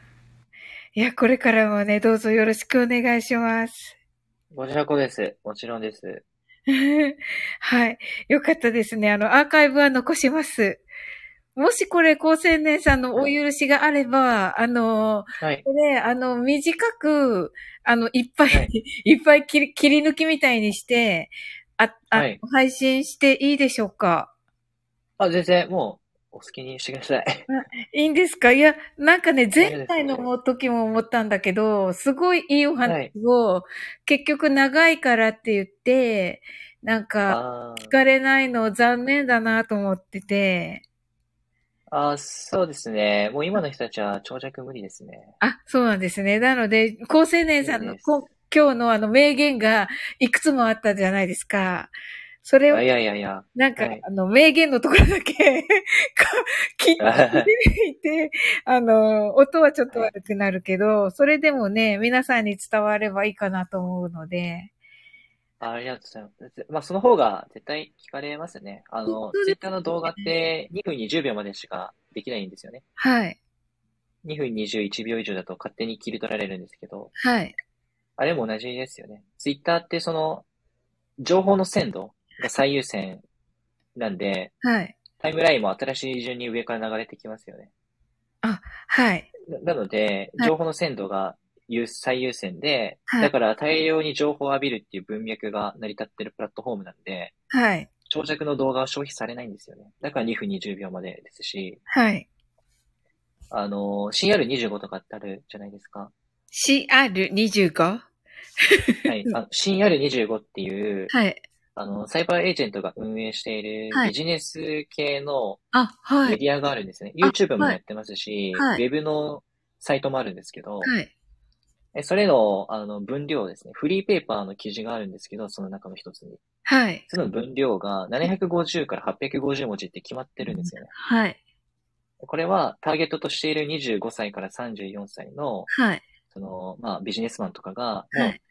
いや、これからもね、どうぞよろしくお願いします。 こちらこそです。もちろんです。はい。よかったですね。あの、アーカイブは残します。もしこれ、高青年さんのお許しがあれば、あの、はい。これ、あの、短く、あの、いっぱい、、はいっ ぱい切り切り抜きみたいにして、あ、あ、はい配信していいでしょうかあ、全然、もう、お好きにしてください。いいんですかいや、なんかね、大丈夫前です回のも時も思ったんだけど、すごいいいお話を、結局長いからって言って、なんか、 あ聞ーかれないの残念だなと思ってて、あー、そうですね。もう今の人たちは長尺無理ですね。あ、そうなんですね。なので、高青年さんいいのですこ今日のあの名言がいくつもあったじゃないですか。それをあいやいやいや。なんか、はいあの、名言のところだけ か、切っていて、あの、音はちょっと悪くなるけど、それでもね、皆さんに伝わればいいかなと思うので、あありがとうございます。まあ、その方が絶対聞かれますね。あの、ツイッターの動画って2分20秒までしかできないんですよね。はい、 2分21秒以上だと勝手に切り取られるんですけど、はい、あれも同じですよね。ツイッターってその、情報の鮮度が最優先なんで、はい、タイムラインも新しい順に上から流れてきますよね。はい、ななので、はい情報の鮮度が優最優先で、はいだから大量に情報を浴びるっていう文脈が成り立ってるプラットフォームなんで、はい、長尺の動画は消費されないんですよね。だから2分20秒までですし、はい。あの、CR25 とかってあるじゃないですか。 CR25? はい。あの CR25 っていう、はい。あの、サイバーエージェントが運営しているはいビジネス系のあ、はメい、ディアがあるんですね。あ YouTube もはいやってますし、はいウェブのサイトもあるんですけど、はい、えそれのあの分量ですね。フリーペーパーの記事があるんですけど、その中の一つに。はい、その分量が750から850文字って決まってるんですよね。はい、これはターゲットとしている25歳から34歳の、はい、その、まあ、ビジネスマンとかが、はもいう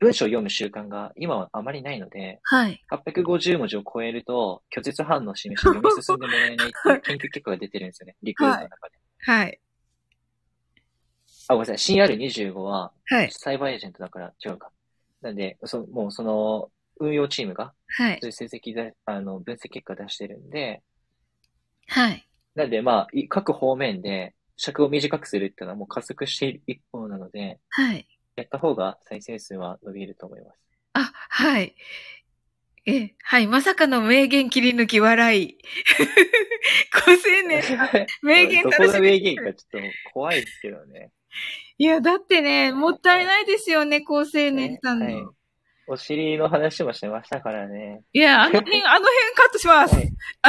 文章を読む習慣が今はあまりないので、はい。 850文字を超えると、拒絶反応を示して読み進んでもらえないっていう研究結果が出てるんですよね。リクルートの中で。はい。あ、ごめんなさい。CR25 は、はい。サイバーエージェントだから違うか。なんで、そもうその、運用チームが、はいそう。いう成績だ、あの、分析結果出してるんで、はい。なんでまあ、い各方面で、尺を短くするっていうのはもう加速している一方なので、はい。やった方が再生数は伸びると思います。あ、はい。え、はい。まさかの名言切り抜き笑い。 高青年、 名言 ど楽こしがみ名に言かちょっと怖いですけどね。いや、だってね、もったいないです よね、高青年さんの。はいい、お尻の話もしてましたからね。や、あの辺、あの辺カットします。はいあ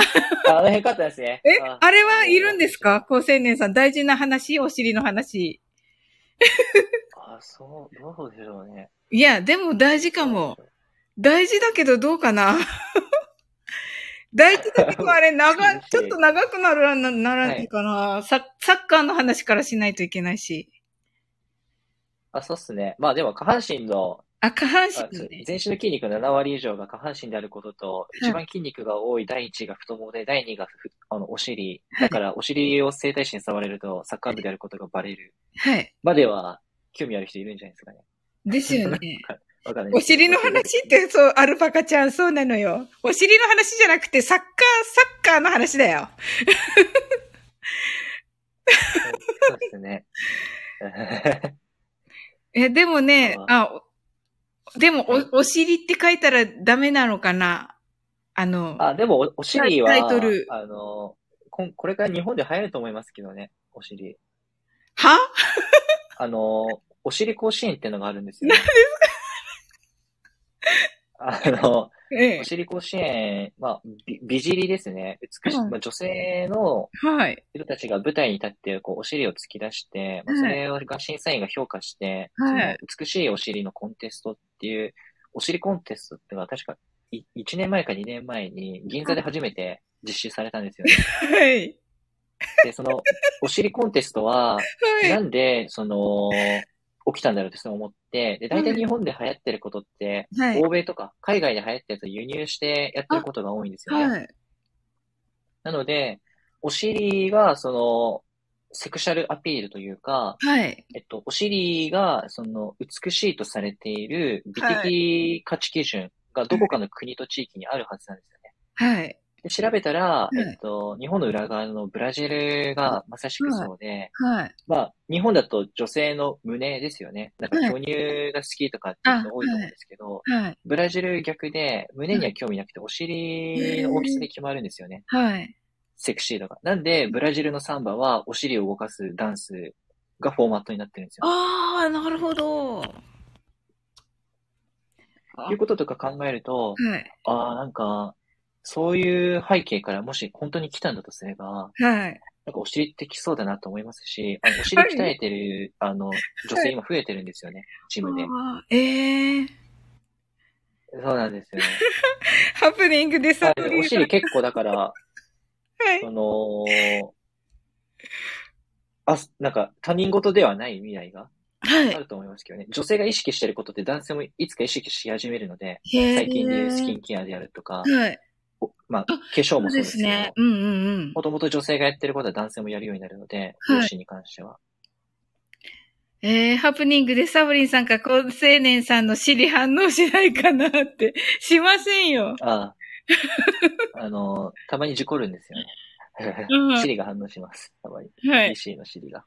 あの辺かったですね。え、ああれはいるんですか高青年さん、大事な話、お尻の話。あ、そう、どうでしょうね。いや、でも大事かも。大事だけどどうかな 大事だけどあれ 長い、ちょっと長くならなならないかな、ササッカーの話からしないといけないし。あ、そうっすね。まあでも下半身の、あ、下半あ身ね。全身の筋肉の7割以上が下半身であることと、い一番筋肉が多い第1が太ももで、第2がふあのお尻。はいだからお尻を整体師に触れるとサッカー部であることがバレる。はい。までは、興味ある人いるんじゃないですかね。ですよね。わかんないお尻の話って、そう、アルパカちゃん、そうなのよ。お尻の話じゃなくて、サッカー、サッカーの話だよ。そうですね。 え、でもね、あ、おでもお、お尻って書いたらダメなのかなあの、あ、でもお、お尻は、タイタイトルあの、こん、これから日本で流行ると思いますけどね、お尻。はあの、お尻甲子園ってのがあるんですよ。 あの、ええお。尻甲子園、まあ、び美尻ですね。美しい、うんまあ、女性のはい。人たちが舞台に立って、こう、お尻を突き出して、まあ、はいそれをが審査員が評価して、はいその美しいお尻のコンテストっていう、お尻コンテストっていうのは確かい1年前か2年前に銀座で初めて実施されたんですよ ね。はい。で、その、お尻コンテストは、は。ないんで、その、起きたんだろうってそう思って、で、大体日本で流行ってることって、はい欧米とか海外で流行ってるやつを輸入してやってることが多いんですよね。はい。なので、お尻が、その、セクシャルアピールというか、はい。えっと、お尻が、その、美しいとされている美的価値基準がどこかの国と地域にあるはずなんですよね。はい。で調べたら、いえっと、日本の裏側のブラジルがまさしくそうで、はい。まあ、日本だと女性の胸ですよね。なんかはい巨乳が好きとかっていう人多いと思うんですけど、はい。ブラジル逆で胸には興味なくてお尻の大きさで決まるんですよね。はい。セクシーとか。なんで、ブラジルのサンバはお尻を動かすダンスがフォーマットになってるんですよ。ああ、なるほど。はいうこととか考えると、い。ああ、なんか、そういう背景からもし本当に来たんだとすれば、はい。なんかお尻って来そうだなと思いますし、あのお尻鍛えてる、あの、女性今増えてるんですよね、ジムで。あーええそうな んですよね。ハプニングでサあボおり尻結構だから、はい。その、あ、なんか他人事ではない未来がはあると思いますけどね。女性が意識してることって男性もいつか意識し始めるので、い。へえ最近でいうスキンケアであるとか、はい。おまあ、化粧そうもそうでですすけど、ね。うんうんうんも。ともと女性がやってることは男性もやるようになるので、はい容姿に関しては。えー、ハプニングでサブリンさんか高青年さんの尻反応しないかなって、しませんよ。 ああ。あの、たまに事故るんですよね。うん尻が反応します。たまに。はい。 PC の尻が。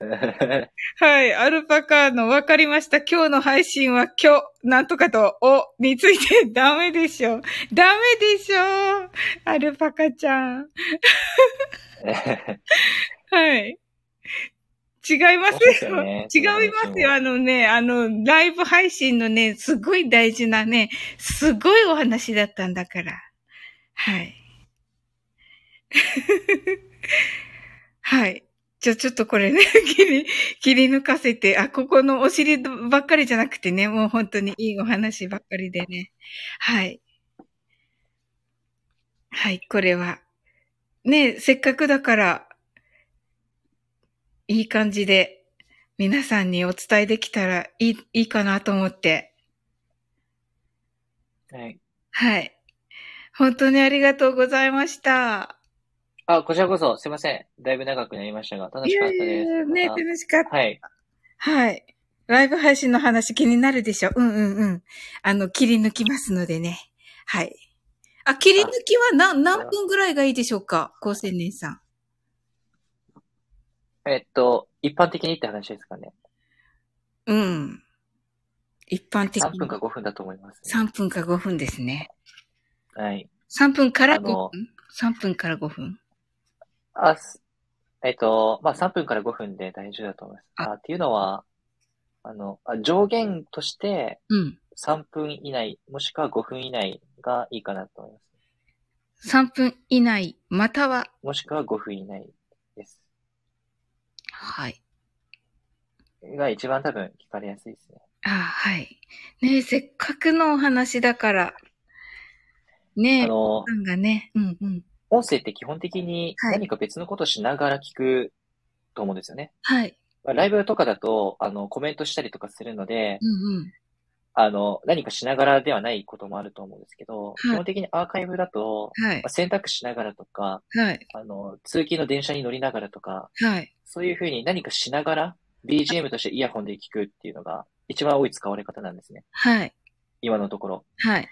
はい。アルパカの分かりました。今日の配信は今日、なんとかと、お、についてダメでしょ。ダメでしょ。アルパカちゃん。はい。違いますそうですよ。よね違いますよ。あのね、あの、ライブ配信のね、すごい大事なね、すごいお話だったんだから。はい。 はい。じゃあちょっとこれね、 切り、切り抜かせて、あ、ここのお尻ばっかりじゃなくてね、もう本当にいいお話ばっかりでね。はい。はい、これは。ね、せっかくだから、いい感じで皆さんにお伝えできたらいい、いいかなと思って。はい。はい。本当にありがとうございました。あ、こちらこそ、すいません。だいぶ長くなりましたが、楽しかったいでやいやす。ね、ま楽しかったはい。た。はい。ライブ配信の話気になるでしょうんうんうん。あの、切り抜きますのでね。はい。あ、切り抜きはな何分ぐらいがいいでしょうか高青年さん。えっと、一般的にって話ですかね。うん。一般的3に分か5分だと思います。 3分か5分ですね。はい。 3分から5あの分 ?3 分から5分。あ、すえっと、まあ、3分から5分で大丈夫だと思います。ああ、っていうのは、あの、あ上限としてうん。 3分以内、もしくは5分以内がいいかなと思います。 3分以内、または、もしくは5分以内です。はい。が一番多分聞かれやすいですね。あはい。ねえせっかくのお話だから。ねえ、あのさ、んがね、うんうん。音声って基本的にはい何か別のことしながら聞くと思うんですよね。はい。まあライブとかだと、あの、コメントしたりとかするので、うんうん。あの、何かしながらではないこともあると思うんですけど、い基本的にアーカイブだと、はいまあ。選択しながらとか、はい。あの、通勤の電車に乗りながらとか、はい。そういうふうに何かしながら、BGM としてイヤホンで聞くっていうのが、一番多い使われ方なんですね。はい。今のところ。はい。っ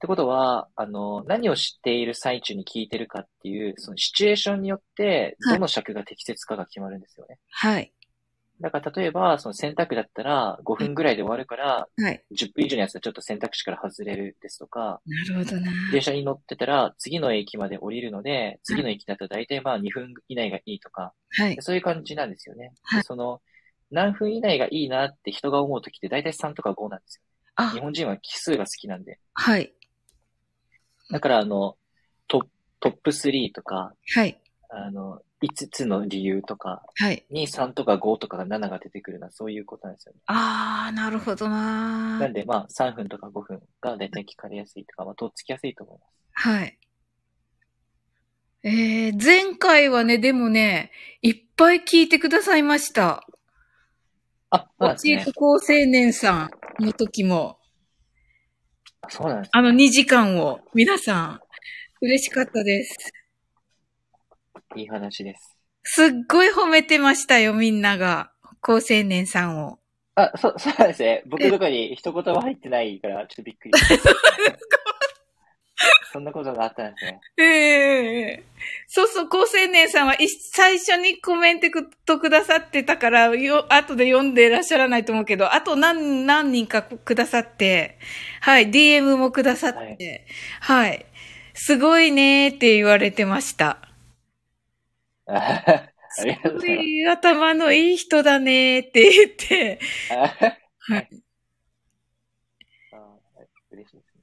てことは、あの、何を知っている最中に聞いてるかっていう、そのシチュエーションによって、はいどの尺が適切かが決まるんですよね。はい。だから例えば、その選択だったら5分ぐらいで終わるから、はい。 10分以上のやつはちょっと選択肢から外れるですとか、なるほどな。電車に乗ってたら次の駅まで降りるので、次の駅だと大体まあ2分以内がいいとか、はい。そういう感じなんですよね。はいでその、何分以内がいいなって人が思うときって大体3とか5なんですよ。あ日、本人は奇数が好きなんで。はい。だから、あの、トトップ3とか、はい。あの、5つの理由とかはい。に3とか5とか7が出てくるのはそういうことなんですよね。ああ、なるほどななーんで、まあ、3分とか5分が大体聞かれやすいとか、まあ、とっつきやすいと思います。はい。えー、前回はね、でもね、いっぱい聞いてくださいました。あ、そうなんです地ね域。高青年さんの時も、あそうなんです。あの2時間を、皆さん、嬉しかったです。いい話です。すっごい褒めてましたよ、みんなが。高青年さんを。あ、そう、 そうなんですね。僕とかに一言も入ってないから、ちょっとびっくり。 そんなことがあったんで すね。ええそうそう、高青年さんはい最初にコメントくとくださってたから、よ、後で読んでいらっしゃらないと思うけど、あと何、何人かくださって、はい、DM もくださって、はい、すごいねーって言われてました。ありがとうごすざいごい頭のいい人だねーって言って、ます。はい。あ嬉しいです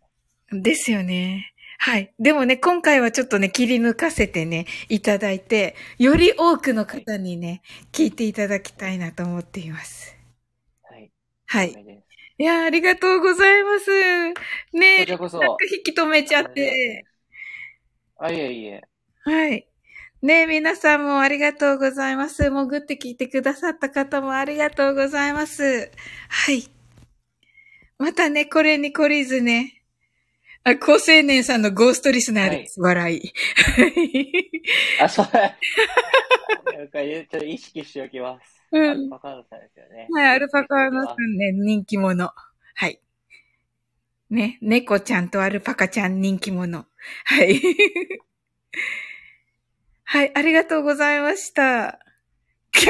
ね。ですよね。はい。でもね、今回はちょっとね、切り抜かせてね、いただいて、より多くの方にね、聞いていただきたいなと思っています。はい。はこい。れですいやーありがとうございます。ねえ、こちらこそなんか引き止めちゃって。あ、いえいえ。はい。ねえ、皆さんもありがとうございます。潜って聞いてくださった方もありがとうございます。はい。またね、これに懲りずね。あ、高青年さんのゴーストリスナーです。笑い。あ、そう。なんかちょっと意識しておきます。うんアルパカードさんですよね。はい、アルパカのさあんね、人気者。はい。ね、猫ちゃんとアルパカちゃん人気者。はい。 はい、ありがとうございました。は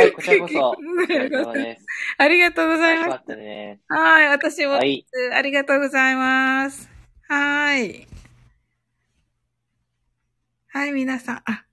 い、こちらこそ。お疲 ありれがと様うです。ありがとうござい 楽しまかす。ったね。はい、私も、はい。ありがとうございます。はーい。はい、皆さん。あ、